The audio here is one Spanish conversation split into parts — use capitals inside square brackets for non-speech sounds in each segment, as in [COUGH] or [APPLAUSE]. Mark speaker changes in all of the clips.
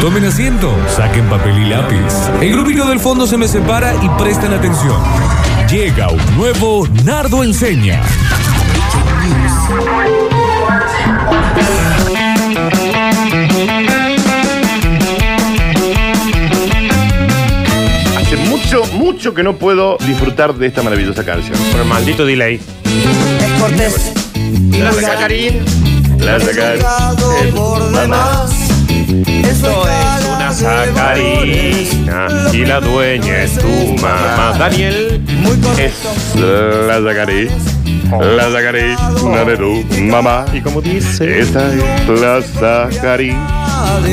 Speaker 1: Tomen asiento, saquen papel y lápiz. El grupito del fondo se me separa y presten atención. Llega un nuevo Nardo Enseña.
Speaker 2: Hace mucho, mucho que no puedo disfrutar de esta maravillosa canción.
Speaker 3: Por el maldito delay.
Speaker 4: Es cortés.
Speaker 2: La
Speaker 3: Sacarín.
Speaker 2: La sacarín. Eh, mamá.
Speaker 3: Esto es una sacarina. Y la dueña es tu mamá. Daniel.
Speaker 2: Es la sacarín. La sacarina de tu mamá.
Speaker 3: Y como dice.
Speaker 2: Esta es la sacarín.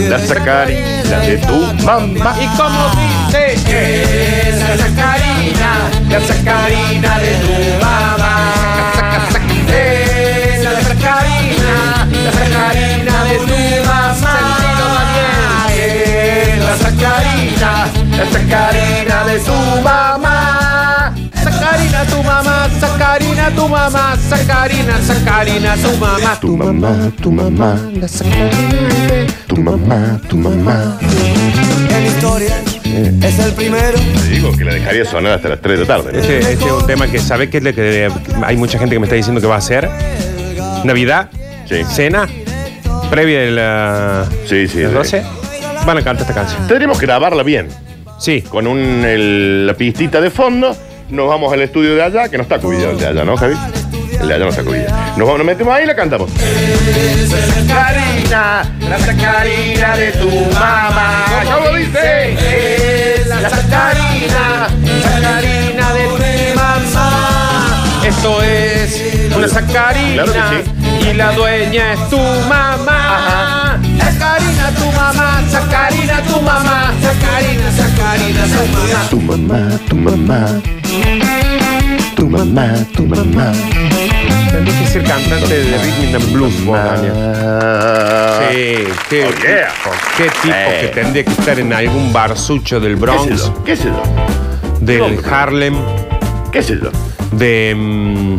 Speaker 2: La sacarina de tu mamá.
Speaker 3: Y como dice. Es la sacarina. La sacarina de tu mamá. Es la sacarina. La sacarina de tu mamá. Es la sacarina. La sacarina de tu mamá. Sacarina tu mamá, sacarina tu mamá, sacarina, sacarina tu mamá.
Speaker 2: Tu mamá, tu mamá,
Speaker 3: La sacarina de
Speaker 2: tu mamá, tu mamá.
Speaker 4: En historia
Speaker 2: Eh.
Speaker 4: es el primero.
Speaker 2: Te digo que la dejaría sonar hasta las 3 de la tarde. ¿no?
Speaker 3: Este, este es un tema que sabe que, le- que hay mucha gente que me está diciendo que va a hacer. Navidad,
Speaker 2: Sí.
Speaker 3: cena, previa de la,
Speaker 2: Sí, sí,
Speaker 3: las
Speaker 2: sí.
Speaker 3: 12. Van a cantar esta canción.
Speaker 2: Tendríamos que grabarla bien.
Speaker 3: Sí.
Speaker 2: Con un, el- la pistita de fondo, nos vamos al estudio de allá, que no está cubierto el de allá, ¿no, Javi? El de allá no está cubierto. Nos, vamos- nos metemos ahí y la cantamos.
Speaker 3: Sacarina, la sacarina de tu mamá.
Speaker 2: ¿Cómo dice?
Speaker 3: La sacarina, sacarina de tu mamá. Esto es una sacarina
Speaker 2: Claro que
Speaker 3: y la dueña es tu mamá. Sacarina tu mamá, sacarina tu mamá, sacarina, sacarina tu mamá.
Speaker 2: Tu mamá, tu mamá. Tu mamá, tu mamá.
Speaker 3: Tendrías que ser cantante de Rhythm and Blues, vos, Daniel. Sí, qué,
Speaker 2: Oh, yeah.
Speaker 3: tipo, qué tipo
Speaker 2: Sí.
Speaker 3: que tendría que estar en algún barsucho del
Speaker 2: ¿Qué sé
Speaker 3: Bronx,
Speaker 2: yo? ¿Qué sé yo?
Speaker 3: del
Speaker 2: Bronx.
Speaker 3: Harlem,
Speaker 2: ¿Qué sé yo?
Speaker 3: de mm,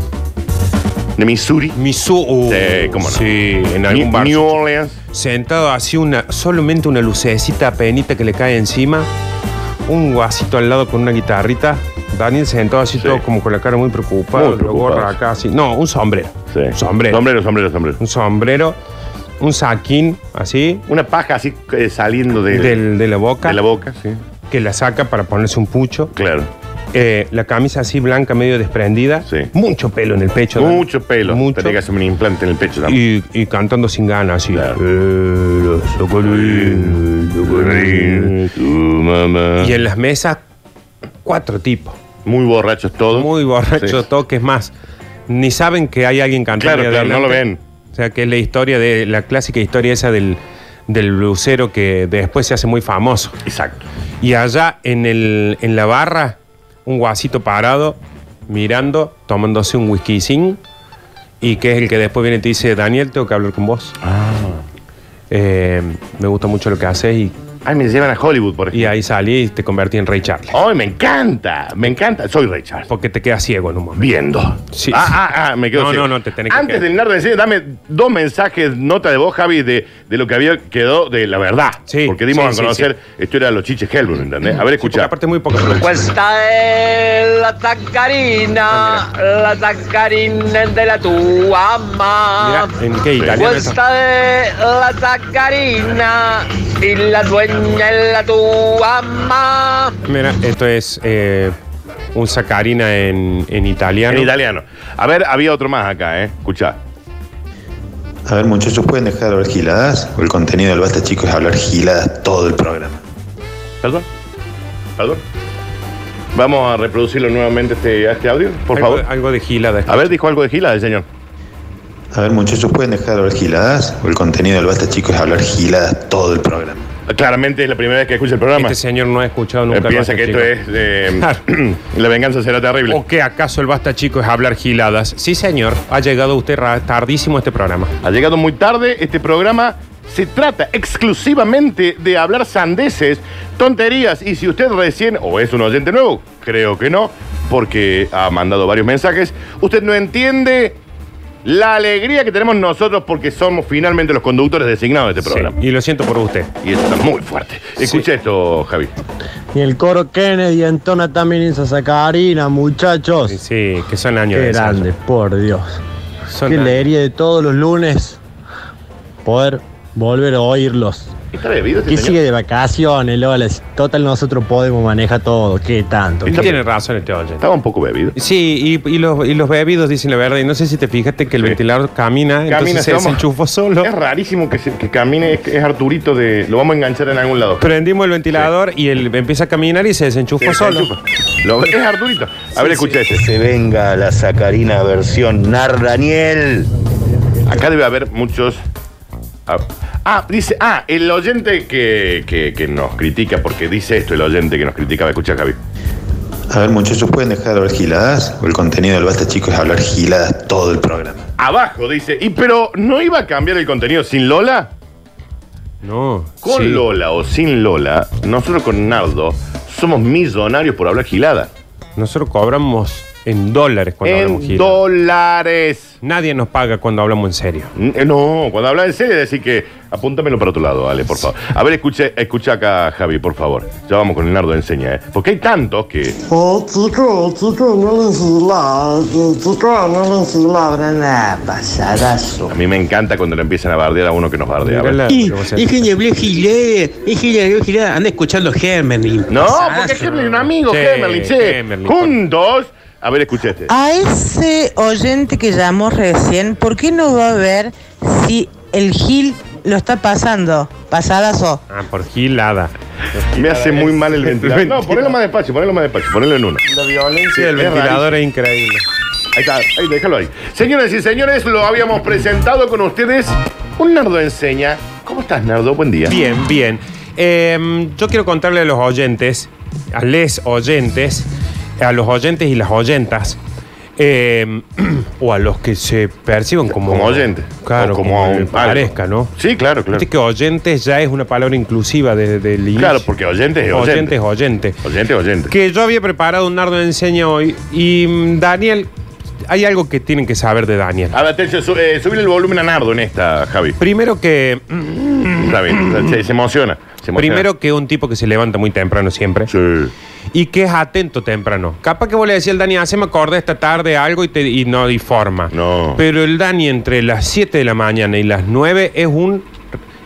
Speaker 2: De Missouri.
Speaker 3: Missouri.
Speaker 2: Sí, cómo no.
Speaker 3: Uh, Sí, en algún
Speaker 2: New,
Speaker 3: bar.
Speaker 2: New Orleans.
Speaker 3: Sentado así, una, solamente una lucecita penita que le cae encima. Un guasito al lado con una guitarrita. Daniel sentado así
Speaker 2: Sí.
Speaker 3: todo como con la cara muy preocupada.
Speaker 2: Muy
Speaker 3: lo
Speaker 2: preocupado.
Speaker 3: gorra acá así. No, un sombrero.
Speaker 2: Sí.
Speaker 3: Sombrero.
Speaker 2: Sombrero, sombrero, sombrero.
Speaker 3: Un sombrero. Un saquín así.
Speaker 2: Una paja así eh, saliendo de,
Speaker 3: del- de la boca.
Speaker 2: de la boca, sí.
Speaker 3: que la saca para ponerse un pucho.
Speaker 2: Claro.
Speaker 3: Eh, la camisa así blanca, medio desprendida.
Speaker 2: Sí.
Speaker 3: Mucho pelo en el pecho. Dani.
Speaker 2: Mucho pelo.
Speaker 3: Mucho.
Speaker 2: Tenía que hacer un implante en el pecho también.
Speaker 3: Y, y cantando sin ganas, así.
Speaker 2: Claro.
Speaker 3: Eh, los socorridos, socorridos.
Speaker 2: Tu mamá.
Speaker 3: Y en las mesas, cuatro tipos.
Speaker 2: Muy borrachos todos.
Speaker 3: Muy borrachos,
Speaker 2: Sí.
Speaker 3: toques más. Ni saben que hay alguien cantando.
Speaker 2: Claro,
Speaker 3: ahí
Speaker 2: claro, no lo
Speaker 3: adelante. O sea, que es la historia de la clásica historia esa del, del blusero que después se hace muy famoso.
Speaker 2: Exacto.
Speaker 3: Y allá en, el, en la barra, un guasito parado, mirando, tomándose un whisky sin, y que es el que después viene y te dice, Daniel, tengo que hablar con vos.
Speaker 2: Ah.
Speaker 3: Eh, me gusta mucho lo que haces y,
Speaker 2: Ay, me llevan a Hollywood, por
Speaker 3: y
Speaker 2: ejemplo.
Speaker 3: ahí salí y te convertí en Ray Charles.
Speaker 2: Ay, me encanta, me encanta. Soy Richard.
Speaker 3: Porque te quedas ciego en un momento.
Speaker 2: Viendo.
Speaker 3: Sí.
Speaker 2: Ah, ah, ah, me quedo
Speaker 3: No,
Speaker 2: ciego.
Speaker 3: no, no, te tenés que
Speaker 2: Antes
Speaker 3: quedar.
Speaker 2: del Nardo Enseña, dame dos mensajes, nota de vos, Javi, de, de lo que había quedado de la verdad.
Speaker 3: Sí,
Speaker 2: Porque dimos
Speaker 3: sí,
Speaker 2: a
Speaker 3: sí,
Speaker 2: conocer, esto era los chiches Hellboy, ¿entendés? A ver,
Speaker 3: Porque
Speaker 2: escucha.
Speaker 3: aparte muy poco. Pues,
Speaker 5: Esta es la
Speaker 3: Ah,
Speaker 5: sacarina, la sacarina de la tu
Speaker 3: mira,
Speaker 2: ah,
Speaker 5: ama.
Speaker 3: ¿en qué italiano
Speaker 2: pues,
Speaker 3: es?
Speaker 5: Cuesta de la sacarina y la dueña es la tu ama.
Speaker 3: Mira, esto es eh, un sacarina en, en italiano.
Speaker 2: en italiano. Eh, A ver, había otro más acá, ¿eh? Escucha.
Speaker 6: A ver, muchachos, ¿pueden dejar de hablar giladas? El contenido del Basta, chicos, es hablar giladas todo el programa.
Speaker 2: ¿Perdón? ¿Perdón? Vamos a reproducirlo nuevamente este, este audio, por
Speaker 3: Algo-
Speaker 2: favor. Ah,
Speaker 3: Algo de gilada.
Speaker 2: A ver, dijo algo de Gila, el señor.
Speaker 6: A ver, muchachos, ¿pueden dejar de hablar giladas? El contenido del Basta, chicos, es hablar giladas todo el programa.
Speaker 2: Claramente es la primera vez que escucha el programa.
Speaker 3: Este señor no ha escuchado
Speaker 2: Eh,
Speaker 3: nunca. el
Speaker 2: piensa
Speaker 3: Basta,
Speaker 2: que esto es.
Speaker 3: chicos.
Speaker 2: eh,
Speaker 3: Claro.
Speaker 2: [CLEARS THROAT] la venganza será terrible.
Speaker 3: ¿O que acaso el basta chico es hablar giladas? Sí, señor. Ha llegado usted ra- tardísimo a este programa.
Speaker 2: Ha llegado muy tarde. Este programa se trata exclusivamente de hablar sandeces, tonterías. Y si usted recién, o es un oyente nuevo, creo que no, porque ha mandado varios mensajes, usted no entiende la alegría que tenemos nosotros porque somos finalmente los conductores designados de este
Speaker 3: Sí,
Speaker 2: programa.
Speaker 3: y lo siento por usted.
Speaker 2: Y eso está muy fuerte. Escucha esto, Javi.
Speaker 7: Y el coro Kennedy entona también esa sacarina, muchachos.
Speaker 3: Sí, que son años.
Speaker 7: Qué
Speaker 3: de ensayo.
Speaker 7: grande, por Dios.
Speaker 3: Son
Speaker 7: Qué
Speaker 3: años.
Speaker 7: alegría de todos los lunes poder volver a oírlos.
Speaker 2: ¿Está bebido este
Speaker 7: ¿Qué sigue
Speaker 2: señor?
Speaker 7: de vacaciones, Lola? Si Total, nosotros podemos manejar todo. ¿Qué tanto?
Speaker 3: Y Tiene razón este oyente.
Speaker 2: Estaba un poco bebido.
Speaker 3: Sí, y, y los, y los bebidos dicen la verdad. Y no sé si te fijaste que el
Speaker 2: Sí.
Speaker 3: ventilador camina,
Speaker 2: Camina,
Speaker 3: entonces se
Speaker 2: somos-
Speaker 3: desenchufó solo.
Speaker 2: Es rarísimo que, se- que camine, es, es Arturito de. Lo vamos a enganchar en algún lado.
Speaker 3: Prendimos el ventilador y él empieza a caminar y se desenchufó solo.
Speaker 2: Lo- es Arturito. A ver, escucha este.
Speaker 6: Se venga la sacarina versión Nardaniel.
Speaker 2: Acá debe haber muchos. Ah, ah, dice. Ah, el oyente que, que- que nos critica, porque dice esto el oyente que nos critica. Escucha, Javi.
Speaker 6: A ver, muchachos, ¿pueden dejar de hablar giladas? O el contenido del Basta Chicos es hablar giladas todo el programa.
Speaker 2: Abajo dice. ¿Y pero no iba a cambiar el contenido sin Lola?
Speaker 3: No.
Speaker 2: Con
Speaker 3: sí.
Speaker 2: Lola o sin Lola, nosotros con Nardo somos millonarios por hablar gilada.
Speaker 3: Nosotros cobramos en dólares cuando hablamos
Speaker 2: en
Speaker 3: gira.
Speaker 2: dólares.
Speaker 3: Nadie nos paga cuando hablamos en serio.
Speaker 2: N- Mm, eh, No, cuando habla en serio, decir que apúntamelo para tu lado, Ale, por favor. A ver, escuche, escucha acá, Javi, por favor. Ya vamos con el Nardo enseña, ¿eh? Porque hay tantos que.
Speaker 8: Eh, chicos, chicos, no les hilabra, chicos, no les hilabra nada, pasadazo.
Speaker 2: A mí me encanta cuando le empiezan a bardear a uno que nos bardea. A ver.
Speaker 3: Mira la-
Speaker 9: Y
Speaker 3: lo que vos
Speaker 9: es
Speaker 3: haces.
Speaker 9: que hablé Gilé, es que hablé anda escuchando Gemelin.
Speaker 2: No, porque Gemmerly es un amigo,
Speaker 3: Sí,
Speaker 2: Gemmerly, che.
Speaker 3: Gemmerly, por-
Speaker 2: Juntos. A ver, escucha
Speaker 4: Ah,
Speaker 2: este.
Speaker 8: A ese oyente que llamó recién, ¿por qué no va a ver si el Gil lo está pasando? Pasadazo.
Speaker 3: Ah, por gilada.
Speaker 2: Me hace muy mal el ventilador. No, ponelo más despacio, ponelo más despacio, ponelo en uno.
Speaker 3: La violencia del
Speaker 2: es
Speaker 3: ventilador es increíble.
Speaker 2: Ahí está, ahí, déjalo ahí. Señoras y señores, lo habíamos presentado con ustedes. Un Nardo enseña. ¿Cómo estás, Nardo? Buen día.
Speaker 3: Bien, bien. Eh, yo quiero contarle a los oyentes, a les oyentes, a los oyentes y las oyentas, eh, [CLEARS THROAT] o a los que se perciban como,
Speaker 2: Como oyentes.
Speaker 3: Claro,
Speaker 2: O como
Speaker 3: como,
Speaker 2: un-
Speaker 3: parezca, ¿no?
Speaker 2: Sí, claro, claro.
Speaker 3: Viste que oyentes ya es una palabra inclusiva desde el inicio.
Speaker 2: Claro, porque oyente es oyente.
Speaker 3: Oyente es oyente.
Speaker 2: Oyente, oyente.
Speaker 3: Que yo había preparado un nardo de enseña hoy y mm, Daniel, hay algo que tienen que saber de Daniel.
Speaker 2: A ver, atención, su- eh, subir el volumen a Nardo en esta, Javi.
Speaker 3: Primero que,
Speaker 2: Está bien, se, se emociona. se emociona.
Speaker 3: primero que un tipo que se levanta muy temprano siempre.
Speaker 2: Sí.
Speaker 3: y que es atento temprano. Capaz que vos le decís al Dani, hace me acordé esta tarde algo y, te, y no diforma.
Speaker 2: No.
Speaker 3: Pero el Dani entre las 7 de la mañana y las 9 es un,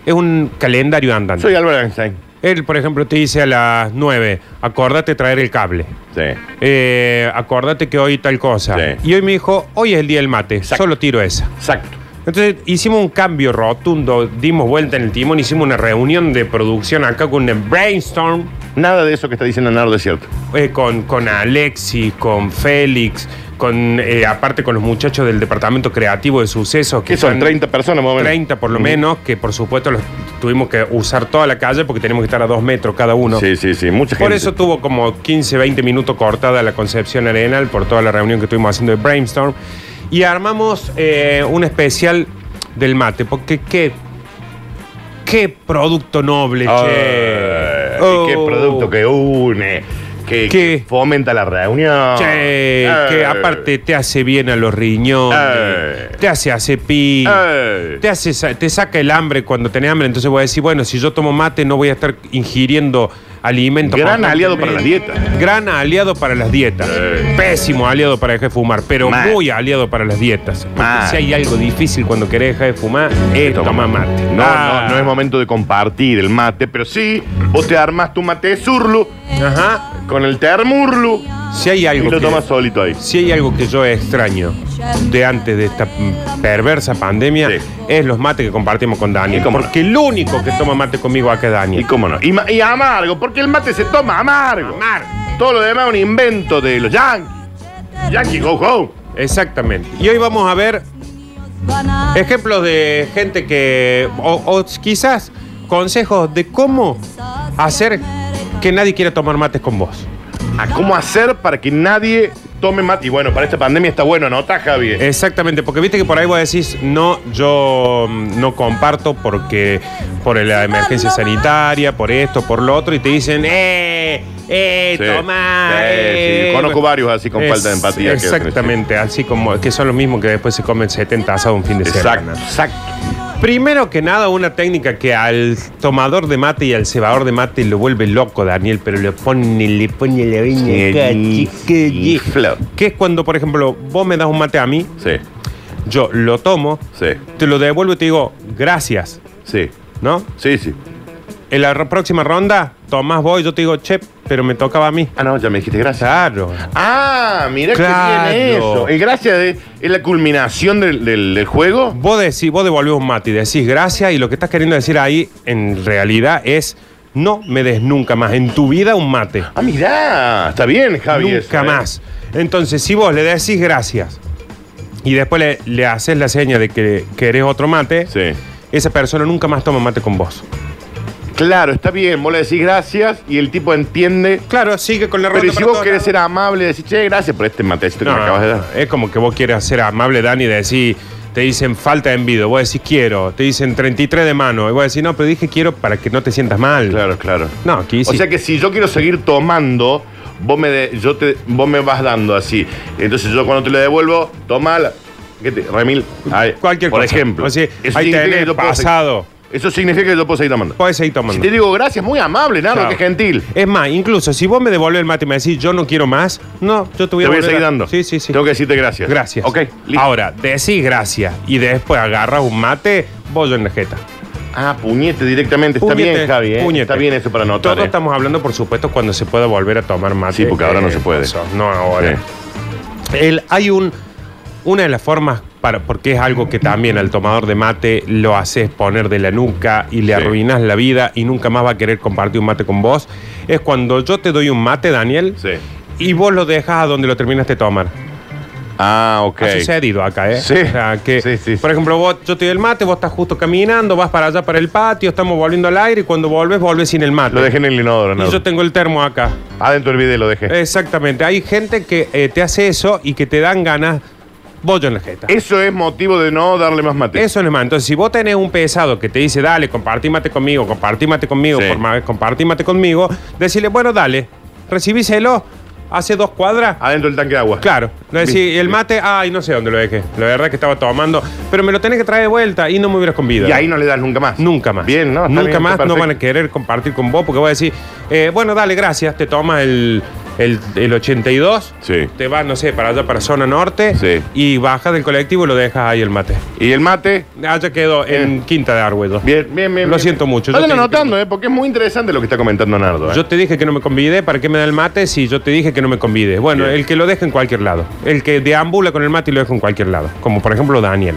Speaker 3: es un calendario andante.
Speaker 2: Soy Álvaro Einstein.
Speaker 3: Él, por ejemplo, te dice a las 9, acordate traer el cable.
Speaker 2: Sí.
Speaker 3: Eh, acordate que hoy tal cosa.
Speaker 2: Sí.
Speaker 3: Y hoy me dijo, hoy es el día del mate,
Speaker 2: Exacto.
Speaker 3: solo tiro esa.
Speaker 2: Exacto.
Speaker 3: Entonces hicimos un cambio rotundo, dimos vuelta en el timón, hicimos una reunión de producción acá con un brainstorm.
Speaker 2: Nada de eso que está diciendo Nardo es cierto.
Speaker 3: Eh, con, con Alexis, con Félix, con eh, aparte con los muchachos del departamento creativo de sucesos.
Speaker 2: ¿Qué son? 30 personas más o menos.
Speaker 3: 30 por lo
Speaker 2: Ujú.
Speaker 3: menos, que por supuesto los tuvimos que usar toda la calle porque tenemos que estar a dos metros cada uno.
Speaker 2: Sí, sí, sí. Mucha gente.
Speaker 3: Por eso tuvo como 15, 20 minutos cortada la Concepción Arenal por toda la reunión que estuvimos haciendo de Brainstorm. Y armamos eh, un especial del mate, porque qué, qué producto noble,
Speaker 2: Ay,
Speaker 3: che.
Speaker 2: y qué
Speaker 3: Oh.
Speaker 2: producto que une, que,
Speaker 3: ¿Qué?
Speaker 2: fomenta la reunión.
Speaker 3: Che,
Speaker 2: Ay.
Speaker 3: que aparte te hace bien a los riñones,
Speaker 2: Eh.
Speaker 3: te hace hace pi,
Speaker 2: Ay.
Speaker 3: te, hace, sa- te saca el hambre cuando tenés hambre, entonces voy a decir, bueno, si yo tomo mate no voy a estar ingiriendo alimentos.
Speaker 2: Gran aliado para las
Speaker 3: constantemente.
Speaker 2: dietas.
Speaker 3: Gran aliado para las dietas.
Speaker 2: Eh.
Speaker 3: Pésimo aliado para dejar de fumar, pero
Speaker 2: Mal.
Speaker 3: muy aliado para las dietas. Porque
Speaker 2: Mal.
Speaker 3: si hay algo difícil cuando querés dejar de fumar, es tomar mate.
Speaker 2: No,
Speaker 3: Ah.
Speaker 2: no, no es momento de compartir el mate, pero sí, vos te armas tu mate de zurlu
Speaker 3: Ajá.
Speaker 2: con el termurlu
Speaker 3: Si hay
Speaker 2: y
Speaker 3: algo
Speaker 2: lo
Speaker 3: que-
Speaker 2: tomas solito ahí.
Speaker 3: Si hay algo que yo extraño de antes de esta perversa pandemia,
Speaker 2: Sí.
Speaker 3: es los mates que compartimos con Daniel.
Speaker 2: cómo no.
Speaker 3: Porque el único que toma mate conmigo acá es
Speaker 2: Y
Speaker 3: Daniel.
Speaker 2: cómo no. Y, ma- y amargo, porque el mate se toma amargo.
Speaker 3: Amargo.
Speaker 2: Todo lo demás es un invento de los yankees. Yankee go go.
Speaker 3: Exactamente. Y hoy vamos a ver ejemplos de gente que. O, o quizás consejos de cómo hacer que nadie quiera tomar mates con vos.
Speaker 2: A cómo hacer Ah, para que nadie tome mate. Y bueno, para esta pandemia está bueno, ¿eh? ¿no? Está Javier.
Speaker 3: Exactamente, porque viste que por ahí vos decís, no, yo mm, no comparto porque por la emergencia sanitaria, por esto, por lo otro, y te dicen, eh, eh,
Speaker 2: Sí.
Speaker 3: toma.
Speaker 2: Sí,
Speaker 3: eh,
Speaker 2: sí. Conozco varios así con falta de empatía que-
Speaker 3: Exactamente, así como que son los mismos que después se comen 70 asados un fin de
Speaker 2: Exacto,
Speaker 3: semana. Exacto. Primero que nada, una técnica que al tomador de mate y al cebador de mate lo vuelve loco, Daniel, pero le pone, le pone la viña
Speaker 2: Sí,
Speaker 3: acá,
Speaker 2: sí,
Speaker 3: chiqui- Que es cuando, por ejemplo, vos me das un mate a mí, yo lo tomo, te lo devuelvo y te digo, gracias.
Speaker 2: Sí.
Speaker 3: ¿No?
Speaker 2: Sí, sí.
Speaker 3: En la ro- próxima ronda, tomás vos y yo te digo, che, pero me tocaba a mí.
Speaker 2: Ah, no, ya me dijiste gracias.
Speaker 3: Claro.
Speaker 2: Ah, mira
Speaker 3: Claro.
Speaker 2: que bien eso. El gracias de- es la culminación del, del- del juego.
Speaker 3: Vos decís, vos devolvés un mate y decís gracias y lo que estás queriendo decir ahí en realidad es no me des nunca más en tu vida un mate.
Speaker 2: Ah, mirá, está bien, Javi.
Speaker 3: Nunca
Speaker 2: eso, ¿eh?
Speaker 3: más. Entonces, si vos le decís gracias y después le, le haces la seña de que querés otro mate, esa persona nunca más toma mate con vos.
Speaker 2: Claro, está bien. Vos le decís gracias y el tipo entiende.
Speaker 3: Claro, sigue con la ronda
Speaker 2: Pero si
Speaker 3: para
Speaker 2: vos
Speaker 3: todos
Speaker 2: querés ser amable, decís, che, gracias por este matecito que me acabas de dar.
Speaker 3: Es como que vos quieras ser amable, Dani, y decir, te dicen falta de envido, vos decís quiero, te dicen 33 de mano, y vos decís, no, pero dije quiero para que no te sientas mal.
Speaker 2: Claro, claro.
Speaker 3: No, aquí
Speaker 2: O sea que si yo quiero seguir tomando, vos me, de- yo te, vos me vas dando así. Entonces yo cuando te lo devuelvo, tomala. ¿Qué te- Remil, ahí,
Speaker 3: Cualquier
Speaker 2: por
Speaker 3: cosa.
Speaker 2: ejemplo.
Speaker 3: O sea, ahí
Speaker 2: significa
Speaker 3: tenés
Speaker 2: que yo puedo
Speaker 3: pasado.
Speaker 2: seguir- eso significa que yo puedo seguir tomando.
Speaker 3: Podés seguir tomando.
Speaker 2: Pues, Si te digo gracias, muy amable, Nardo,
Speaker 3: Claro.
Speaker 2: qué gentil.
Speaker 3: Es más, incluso si vos me devolvés el mate y me decís yo no quiero más, no, yo te voy
Speaker 2: Te voy
Speaker 3: a,
Speaker 2: a
Speaker 3: volver
Speaker 2: seguir dando.
Speaker 3: Sí, sí, sí.
Speaker 2: Tengo que decirte gracias.
Speaker 3: Gracias.
Speaker 2: Ok, listo.
Speaker 3: Ahora, decís gracias y después agarras un mate, bollo en la jeta.
Speaker 2: Ah, puñete directamente. Está
Speaker 3: Puñete,
Speaker 2: bien, Javi. ¿eh?
Speaker 3: puñete.
Speaker 2: Está bien eso para notar. ¿eh?
Speaker 3: Todos estamos hablando, por supuesto, cuando se pueda volver a tomar mate.
Speaker 2: Sí, porque ahora no
Speaker 3: eh,
Speaker 2: se puede.
Speaker 3: eso, No, ahora. El- hay un, una de las formas, para, porque es algo que también al tomador de mate lo haces poner de la nuca y le arruinas la vida y nunca más va a querer compartir un mate con vos, es cuando yo te doy un mate, Daniel, y vos lo dejas a donde lo terminaste de tomar.
Speaker 2: Ah, ok.
Speaker 3: Ha sucedido acá, ¿eh?
Speaker 2: Sí.
Speaker 3: O sea, que, Por ejemplo, vos, yo te doy el mate, vos estás justo caminando, vas para allá, para el patio, estamos volviendo al aire y cuando volves, volves sin el mate.
Speaker 2: Lo dejé en el inodoro,
Speaker 3: Y
Speaker 2: Nardo.
Speaker 3: yo Eh. tengo el termo acá.
Speaker 2: Adentro del video lo dejé.
Speaker 3: Exactamente. Hay gente que eh, te hace eso y que te dan ganas bollo en la jeta.
Speaker 2: Eso es motivo de no darle más mate.
Speaker 3: Eso no es más. Entonces, si vos tenés un pesado que te dice, dale, compartí mate conmigo, compartí mate conmigo, por más, compartí mate conmigo, decirle, bueno, dale, recibíselo, hace dos cuadras.
Speaker 2: Adentro del tanque de agua.
Speaker 3: Claro. No decir, el mate, ay, no sé dónde lo dejé. La verdad es que estaba tomando, pero me lo tenés que traer de vuelta y no me hubieras convidado.
Speaker 2: Y ahí no le das nunca más.
Speaker 3: Nunca más.
Speaker 2: Bien, ¿no? Está
Speaker 3: Nunca
Speaker 2: bien, está
Speaker 3: más no
Speaker 2: perfecto.
Speaker 3: van a querer compartir con vos porque vos decís, eh, bueno, dale, gracias, te tomas el, el, el 82, te vas, no sé, para allá, para zona norte, y bajas del colectivo y lo dejas ahí el mate.
Speaker 2: ¿Y el mate?
Speaker 3: Allá quedó en Quinta de Arguedo.
Speaker 2: Bien, bien, bien.
Speaker 3: Lo siento mucho. Yo
Speaker 2: Vayan
Speaker 3: te,
Speaker 2: anotando, ¿eh? Porque es muy interesante lo que está comentando Nardo. ¿eh?
Speaker 3: yo te dije que no me convide, ¿para qué me da el mate si yo te dije que no me convide? Bueno, el que lo deja en cualquier lado. El que deambula con el mate y lo deja en cualquier lado. Como por ejemplo Daniel.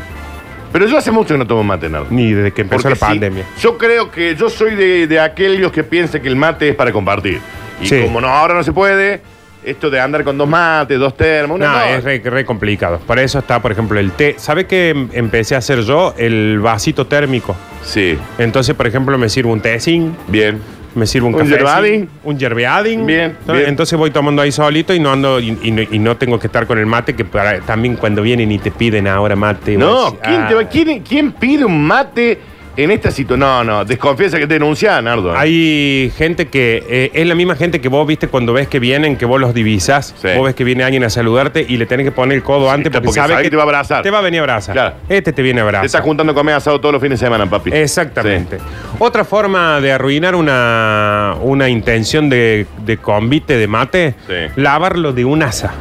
Speaker 2: Pero yo hace mucho que no tomo mate, Nardo.
Speaker 3: Ni desde que empezó
Speaker 2: Porque
Speaker 3: la
Speaker 2: sí,
Speaker 3: pandemia.
Speaker 2: Yo creo que yo soy de, de aquellos que piensan que el mate es para compartir. Y
Speaker 3: Sí.
Speaker 2: como no, ahora no se puede, esto de andar con dos mates, dos termos, una
Speaker 3: No,
Speaker 2: cosa.
Speaker 3: es re, re complicado. Para eso está, por ejemplo, el té. ¿Sabe qué em- empecé a hacer yo? El vasito térmico.
Speaker 2: Sí.
Speaker 3: Entonces, por ejemplo, me sirvo un tecín.
Speaker 2: Bien.
Speaker 3: Me sirvo un
Speaker 2: Un
Speaker 3: café.
Speaker 2: yerbaadín.
Speaker 3: Un yerbeadín.
Speaker 2: Bien,
Speaker 3: ¿No?
Speaker 2: bien.
Speaker 3: Entonces voy tomando ahí solito y no ando y, y no, y no tengo que estar con el mate, que para- también cuando vienen y te piden ahora mate. vos
Speaker 2: No,
Speaker 3: decís,
Speaker 2: ¿quién,
Speaker 3: ah.
Speaker 2: te va- quién- quién pide un mate en esta situación? No, no, desconfianza que te denuncia, Nardo.
Speaker 3: Hay gente que eh, es la misma gente que vos viste cuando ves que vienen, que vos los divisas. Vos ves que viene alguien a saludarte y le tenés que poner el codo antes porque,
Speaker 2: porque
Speaker 3: sabe
Speaker 2: sabe que te va a abrazar.
Speaker 3: Te va a venir a abrazar.
Speaker 2: Claro.
Speaker 3: Este te viene a abrazar.
Speaker 2: Te estás juntando a comer asado todos los fines de semana, papi.
Speaker 3: Exactamente. Otra forma de arruinar una, una intención de, de convite de mate, lavarlo de un asa.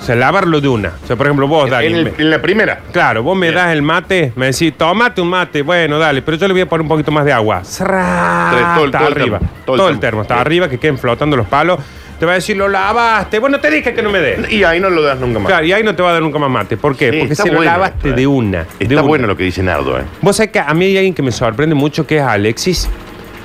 Speaker 3: O sea, lavarlo de una. O sea, por ejemplo, vos, Dani.
Speaker 2: el- en la primera.
Speaker 3: Claro, vos me das el mate, me decís, tomate un mate, bueno, dale, pero yo le voy a poner un poquito más de agua. Zrrá,
Speaker 2: Tres, todo el-
Speaker 3: hasta
Speaker 2: todo el
Speaker 3: arriba.
Speaker 2: termo,
Speaker 3: todo, el termo, está arriba, que queden flotando los palos. Te va a decir, lo lavaste. Bueno, te dije que no me des.
Speaker 2: Y ahí no lo das nunca más.
Speaker 3: Claro, y ahí no te va a dar nunca más mate. ¿Por qué?
Speaker 2: Sí,
Speaker 3: Porque
Speaker 2: está
Speaker 3: si lo
Speaker 2: bueno
Speaker 3: lavaste
Speaker 2: esto, eh.
Speaker 3: de una.
Speaker 2: Está bueno lo que dice Nardo, ¿eh?
Speaker 3: Vos sabés que a mí hay alguien que me sorprende mucho que es Alexis.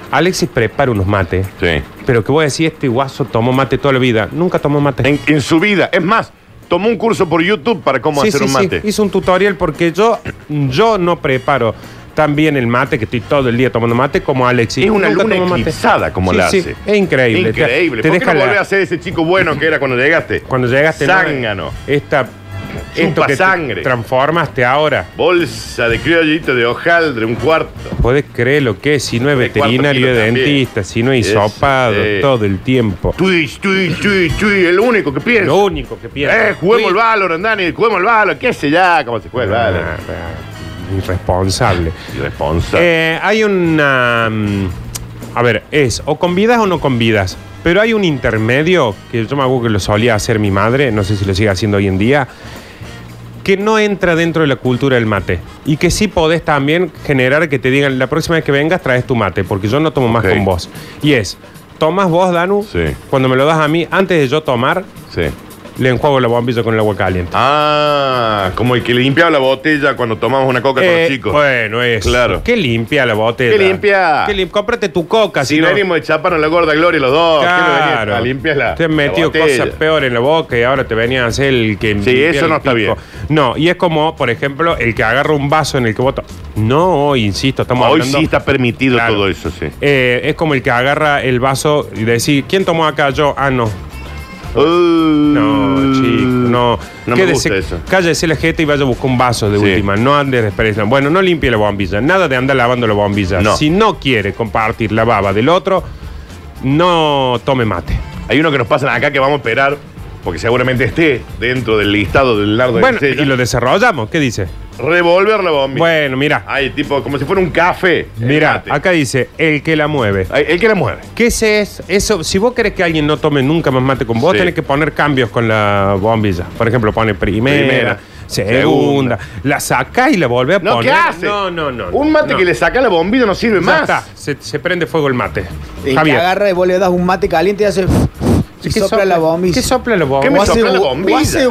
Speaker 3: Alexis prepara unos mates.
Speaker 2: Sí.
Speaker 3: Pero que voy a decir, este guaso tomó mate toda la vida. Nunca tomó mate.
Speaker 2: En, en su vida. Es más, tomó un curso por YouTube para cómo
Speaker 3: Sí,
Speaker 2: hacer
Speaker 3: sí,
Speaker 2: un
Speaker 3: sí.
Speaker 2: mate.
Speaker 3: Hizo un tutorial porque yo, yo no preparo también el mate, que estoy todo el día tomando mate, como Alexis.
Speaker 2: Es una
Speaker 3: Nunca
Speaker 2: luna
Speaker 3: tomo mate.
Speaker 2: eclipsada como
Speaker 3: Sí,
Speaker 2: la
Speaker 3: sí,
Speaker 2: hace.
Speaker 3: es increíble. Te-
Speaker 2: Increíble.
Speaker 3: Te,
Speaker 2: ¿Por qué
Speaker 3: deja
Speaker 2: no volvés
Speaker 3: la-
Speaker 2: a ser ese chico bueno que era cuando llegaste?
Speaker 3: cuando llegaste. ¿no?
Speaker 2: Zángano.
Speaker 3: Esta. Esto
Speaker 2: Chupa
Speaker 3: que te
Speaker 2: sangre.
Speaker 3: transformaste ahora.
Speaker 2: Bolsa de criollito de hojaldre, un cuarto.
Speaker 3: Podés creer lo que es, si no es
Speaker 2: cuatro
Speaker 3: veterinario,
Speaker 2: kilos
Speaker 3: es
Speaker 2: también.
Speaker 3: dentista, si no es
Speaker 2: Eso,
Speaker 3: hisopado,
Speaker 2: sí.
Speaker 3: todo el tiempo.
Speaker 2: Twitch, Twitch, Twitch, Twitch, el único que piensa.
Speaker 3: Lo único que piensa.
Speaker 2: Eh, juguemos pues, el Valorant, Dani, juguemos el Valorant, qué sé ya, cómo se juega el
Speaker 3: Ah,
Speaker 2: Valorant.
Speaker 3: ah, Irresponsable.
Speaker 2: Irresponsable.
Speaker 3: Ah. Eh, hay una. mm, A ver, es o convidas o no convidas. Pero hay un intermedio que yo me acuerdo que lo solía hacer mi madre, no sé si lo sigue haciendo hoy en día, que no entra dentro de la cultura del mate. Y que sí podés también generar que te digan, la próxima vez que vengas traes tu mate, porque yo no tomo
Speaker 2: Ok.
Speaker 3: más con vos. Y es, tomas vos, Danu,
Speaker 2: Sí.
Speaker 3: cuando me lo das a mí, antes de yo tomar,
Speaker 2: Sí.
Speaker 3: le enjuago la bombilla con el agua caliente.
Speaker 2: Ah, como el que limpiaba la botella cuando tomamos una coca con
Speaker 3: Eh,
Speaker 2: los chicos.
Speaker 3: Bueno, es.
Speaker 2: Claro.
Speaker 3: Qué limpia la botella.
Speaker 2: ¿Qué limpia?
Speaker 3: Qué lim- Cómprate tu coca,
Speaker 2: si
Speaker 3: si no.
Speaker 2: venimos de chaparnos la gorda gloria los dos, ¿qué nos venía?
Speaker 3: Claro.
Speaker 2: Ah, limpias la.
Speaker 3: Te han metido
Speaker 2: la botella.
Speaker 3: cosas peores en la boca y ahora te venían a hacer el que. limpia
Speaker 2: eso
Speaker 3: el
Speaker 2: no está
Speaker 3: pico.
Speaker 2: bien.
Speaker 3: No, y es como, por ejemplo, el que agarra un vaso en el que vota. No, hoy, insisto, estamos
Speaker 2: Hoy
Speaker 3: hablando.
Speaker 2: sí está permitido
Speaker 3: Claro.
Speaker 2: todo eso, sí.
Speaker 3: Eh, es como el que agarra el vaso y decir, ¿quién tomó acá? Yo, ah, no. No, chico, no.
Speaker 2: Mm. No me gusta eso.
Speaker 3: Cállese la jeta y vaya a buscar un vaso de
Speaker 2: Sí.
Speaker 3: última. No ande despreciando. Bueno, no limpie la bombilla. Nada de andar lavando la bombilla.
Speaker 2: No.
Speaker 3: Si no quiere compartir la baba del otro, no tome mate.
Speaker 2: Hay uno que nos pasan acá que vamos a esperar, porque seguramente esté dentro del listado del lardo
Speaker 3: Bueno,
Speaker 2: de
Speaker 3: y lo desarrollamos. ¿Qué dice?
Speaker 2: Revolver la bomba.
Speaker 3: Bueno, mira.
Speaker 2: Ay, tipo, como si fuera un café. el
Speaker 3: Mira,
Speaker 2: mate.
Speaker 3: acá dice, el que la mueve.
Speaker 2: Ay, El que la mueve.
Speaker 3: ¿Qué ese es eso? Si vos querés que alguien no tome nunca más mate con vos,
Speaker 2: Sí.
Speaker 3: tenés que poner cambios con la bombilla. Por ejemplo, pone primera,
Speaker 2: Primera,
Speaker 3: segunda, la saca y la volvés a
Speaker 2: No,
Speaker 3: poner.
Speaker 2: ¿qué hace?
Speaker 3: No, no, no.
Speaker 2: Un mate
Speaker 3: no.
Speaker 2: que le saca la bombita no sirve
Speaker 3: Ya
Speaker 2: más.
Speaker 3: está, se, se prende fuego el mate.
Speaker 4: Y que
Speaker 3: Javier.
Speaker 4: agarra y vos le das un mate caliente y hace. Y
Speaker 3: ¿Qué
Speaker 4: sopla, la bombilla.
Speaker 3: ¿Qué sopla la
Speaker 2: ¿Qué
Speaker 3: bombilla?
Speaker 2: me
Speaker 4: O hace
Speaker 2: sopla la
Speaker 4: bu-
Speaker 2: bombilla? Ah,
Speaker 4: o hace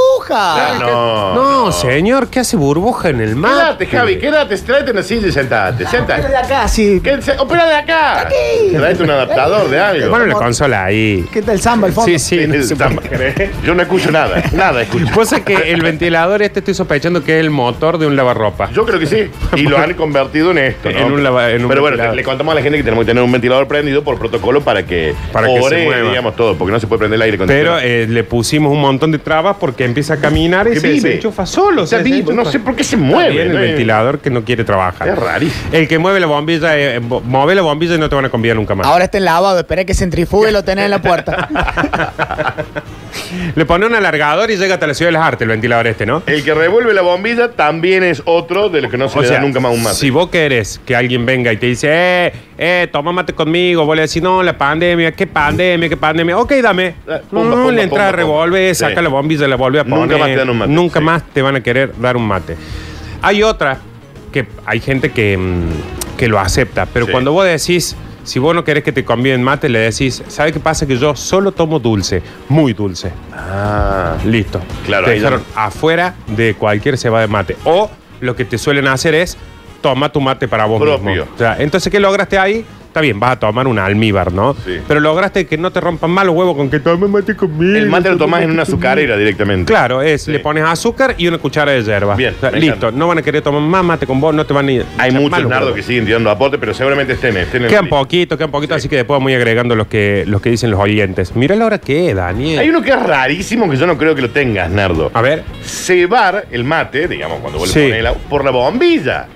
Speaker 4: burbuja.
Speaker 2: No,
Speaker 3: No, señor, ¿qué hace burbuja en el mate? Ah,
Speaker 2: Quédate, Javi, quédate, tráete una silla y sentate,
Speaker 4: Sale de
Speaker 2: sentate.
Speaker 4: acá, sí.
Speaker 2: ¿Qué se- opera de acá. Tráete un adaptador de algo.
Speaker 3: Bueno, la consola ahí.
Speaker 4: ¿Qué tal samba al
Speaker 3: Sí,
Speaker 4: fondo?
Speaker 3: sí, no
Speaker 2: Sí, [LAUGHS]
Speaker 3: se
Speaker 2: está
Speaker 3: puede
Speaker 2: mal.
Speaker 3: creer. Pues-
Speaker 2: Yo no escucho
Speaker 3: [LAUGHS]
Speaker 2: nada, nada escucho.
Speaker 3: Cosa que el ventilador este estoy sospechando que es el motor de un lavarropa.
Speaker 2: Yo creo que sí. Y lo han convertido en esto. ¿no?
Speaker 3: En un lava- en un
Speaker 2: Pero bueno,
Speaker 3: ventilador.
Speaker 2: le contamos a la gente que tenemos que tener un ventilador prendido por protocolo para que,
Speaker 3: Para que se
Speaker 2: ore,
Speaker 3: mueva.
Speaker 2: digamos todo, porque no se puede prender el aire
Speaker 3: Pero
Speaker 2: acondicionado.
Speaker 3: eh, le pusimos un montón de trabas porque empieza a caminar y
Speaker 2: Que
Speaker 3: se
Speaker 2: vive.
Speaker 3: desenchufa solo.
Speaker 2: Está
Speaker 3: se
Speaker 2: vivo,
Speaker 3: desenchufa.
Speaker 2: no sé por qué se
Speaker 3: Está
Speaker 2: mueve,
Speaker 3: bien
Speaker 2: ¿no?
Speaker 3: ¿eh? el ventilador que no quiere trabajar.
Speaker 2: Es rarísimo.
Speaker 3: El que mueve la bombilla, eh, bo- mueve la bombilla y no te van a convidar nunca más.
Speaker 4: Ahora está en lavado, espera que centrifugue y lo tenés en
Speaker 2: [LAUGHS]
Speaker 4: la puerta.
Speaker 3: Le pone un alargador y llega hasta la ciudad de las artes el ventilador este, ¿no?
Speaker 2: El que revuelve la bombilla también es otro de los que no se
Speaker 3: O
Speaker 2: le
Speaker 3: sea,
Speaker 2: da nunca más un mate.
Speaker 3: si vos querés que alguien venga y te dice, eh, eh, toma mate conmigo, vos le decís, no, la pandemia, qué pandemia, qué pandemia, ok, dame.
Speaker 2: Ah, pumba,
Speaker 3: Mm,
Speaker 2: pumba,
Speaker 3: le entra,
Speaker 2: pumba,
Speaker 3: revuelve,
Speaker 2: pumba.
Speaker 3: saca
Speaker 2: Sí.
Speaker 3: la bombilla, la vuelve a
Speaker 2: Nunca
Speaker 3: poner.
Speaker 2: más te dan un mate,
Speaker 3: Nunca
Speaker 2: sí.
Speaker 3: más te van a querer dar un mate. Hay otra que hay gente que, mm, que lo acepta, pero
Speaker 2: Sí.
Speaker 3: cuando vos decís, si vos no querés que te conviden mate, le decís, ¿sabe qué pasa? Que yo solo tomo dulce, muy dulce.
Speaker 2: Ah.
Speaker 3: Listo.
Speaker 2: Claro,
Speaker 3: Te
Speaker 2: ahí
Speaker 3: dejaron afuera de cualquier ceba de mate. O lo que te suelen hacer es toma tu mate para vos
Speaker 2: Propio.
Speaker 3: mismo. O sea, entonces, ¿qué lograste ahí? Está bien, vas a tomar un almíbar, ¿no?
Speaker 2: Sí.
Speaker 3: Pero lograste que no te rompan mal los huevos con que tome mate conmigo.
Speaker 2: El mate lo
Speaker 3: tome
Speaker 2: tomás en
Speaker 3: mate
Speaker 2: una
Speaker 3: conmigo".
Speaker 2: azucarera directamente.
Speaker 3: Claro, es,
Speaker 2: Sí.
Speaker 3: le pones azúcar y una cuchara de hierba.
Speaker 2: Bien,
Speaker 3: O sea,
Speaker 2: me
Speaker 3: listo,
Speaker 2: encanta.
Speaker 3: no van a querer tomar más mate con vos, no te van a ir.
Speaker 2: Hay muchos nardos
Speaker 3: nardos
Speaker 2: que siguen tirando aporte, pero seguramente estén, estén en
Speaker 3: Quedan
Speaker 2: la lista.
Speaker 3: poquito, quedan poquito, así que después vamos a ir agregando los que, los que dicen los oyentes. Mira la hora que es, Daniel.
Speaker 2: Hay uno que es rarísimo que yo no creo que lo tengas, Nardo.
Speaker 3: A ver.
Speaker 2: Cebar el mate, digamos, cuando vos
Speaker 3: Sí.
Speaker 2: le pones el agua, por la bombilla.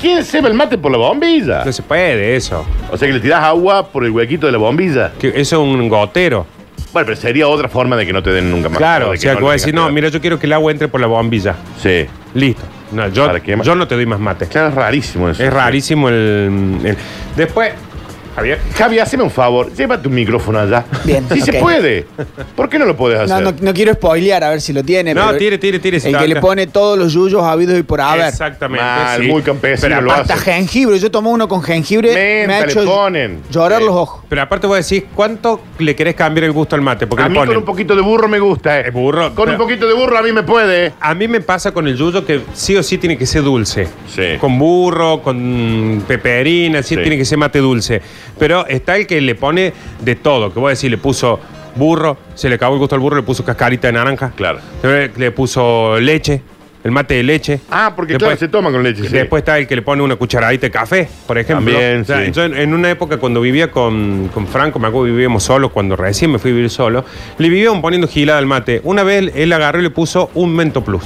Speaker 2: ¿Quién ceba el mate por la bombilla?
Speaker 3: No se puede eso.
Speaker 2: O sea que le tirás agua por el huequito de la bombilla.
Speaker 3: Que eso es un gotero.
Speaker 2: Bueno, pero sería otra forma de que no te den nunca más.
Speaker 3: Claro,
Speaker 2: de
Speaker 3: o
Speaker 2: que
Speaker 3: sea, que
Speaker 2: le
Speaker 3: voy a
Speaker 2: tengas
Speaker 3: decir,
Speaker 2: que
Speaker 3: no,
Speaker 2: dar.
Speaker 3: mira, yo quiero que el agua entre por la bombilla.
Speaker 2: Sí.
Speaker 3: Listo. No, yo,
Speaker 2: ¿Para qué más?
Speaker 3: yo no te doy más mate.
Speaker 2: Claro, es rarísimo eso.
Speaker 3: Es rarísimo el, el- Después, Javier.
Speaker 2: Javi, haceme un favor, lleva tu micrófono allá.
Speaker 4: Bien,
Speaker 2: Si se
Speaker 4: ok.
Speaker 2: puede. ¿Por qué no lo puedes
Speaker 4: No,
Speaker 2: hacer?
Speaker 4: no, no quiero spoilear a ver si lo tiene.
Speaker 3: No,
Speaker 4: Eh, pero
Speaker 3: tire, tire, tire, si
Speaker 4: El
Speaker 3: está
Speaker 4: que le
Speaker 3: acá.
Speaker 4: pone todos los yuyos habidos y por haber.
Speaker 3: Exactamente.
Speaker 2: Mal,
Speaker 3: sí.
Speaker 2: muy campesino
Speaker 3: Pero,
Speaker 2: lo
Speaker 3: aparte,
Speaker 2: hace.
Speaker 4: Hasta jengibre. Yo tomo uno con jengibre. me
Speaker 2: Menta
Speaker 4: ha
Speaker 2: le
Speaker 4: hecho
Speaker 2: ponen.
Speaker 4: llorar
Speaker 2: Sí.
Speaker 4: los ojos.
Speaker 3: pero aparte vos decís, ¿cuánto le querés cambiar el gusto al mate? Porque
Speaker 2: a
Speaker 3: le
Speaker 2: mí
Speaker 3: ponen-
Speaker 2: con un poquito de burro me gusta, eh.
Speaker 3: Es burro,
Speaker 2: Con un
Speaker 3: pero-
Speaker 2: poquito de burro a mí me puede. eh.
Speaker 3: A mí me pasa con el yuyo que sí o sí tiene que ser dulce.
Speaker 2: Sí.
Speaker 3: Con burro, con peperina, sí,
Speaker 2: Sí.
Speaker 3: tiene que ser mate dulce. Pero está el que le pone de todo, que voy a decir, le puso burro, se le acabó el gusto al burro, le puso cascarita de naranja.
Speaker 2: Claro.
Speaker 3: Le, le puso leche. El mate de leche.
Speaker 2: Ah, porque claro, se toma con leche, sí.
Speaker 3: Después está el que le pone una cucharadita de café, por ejemplo.
Speaker 2: También, sí.
Speaker 3: Yo en, en una época cuando vivía con, con Franco, me acuerdo que vivíamos solos, cuando recién me fui a vivir solo, le vivían poniendo gilada al mate. Una vez él agarró y le puso un mento plus.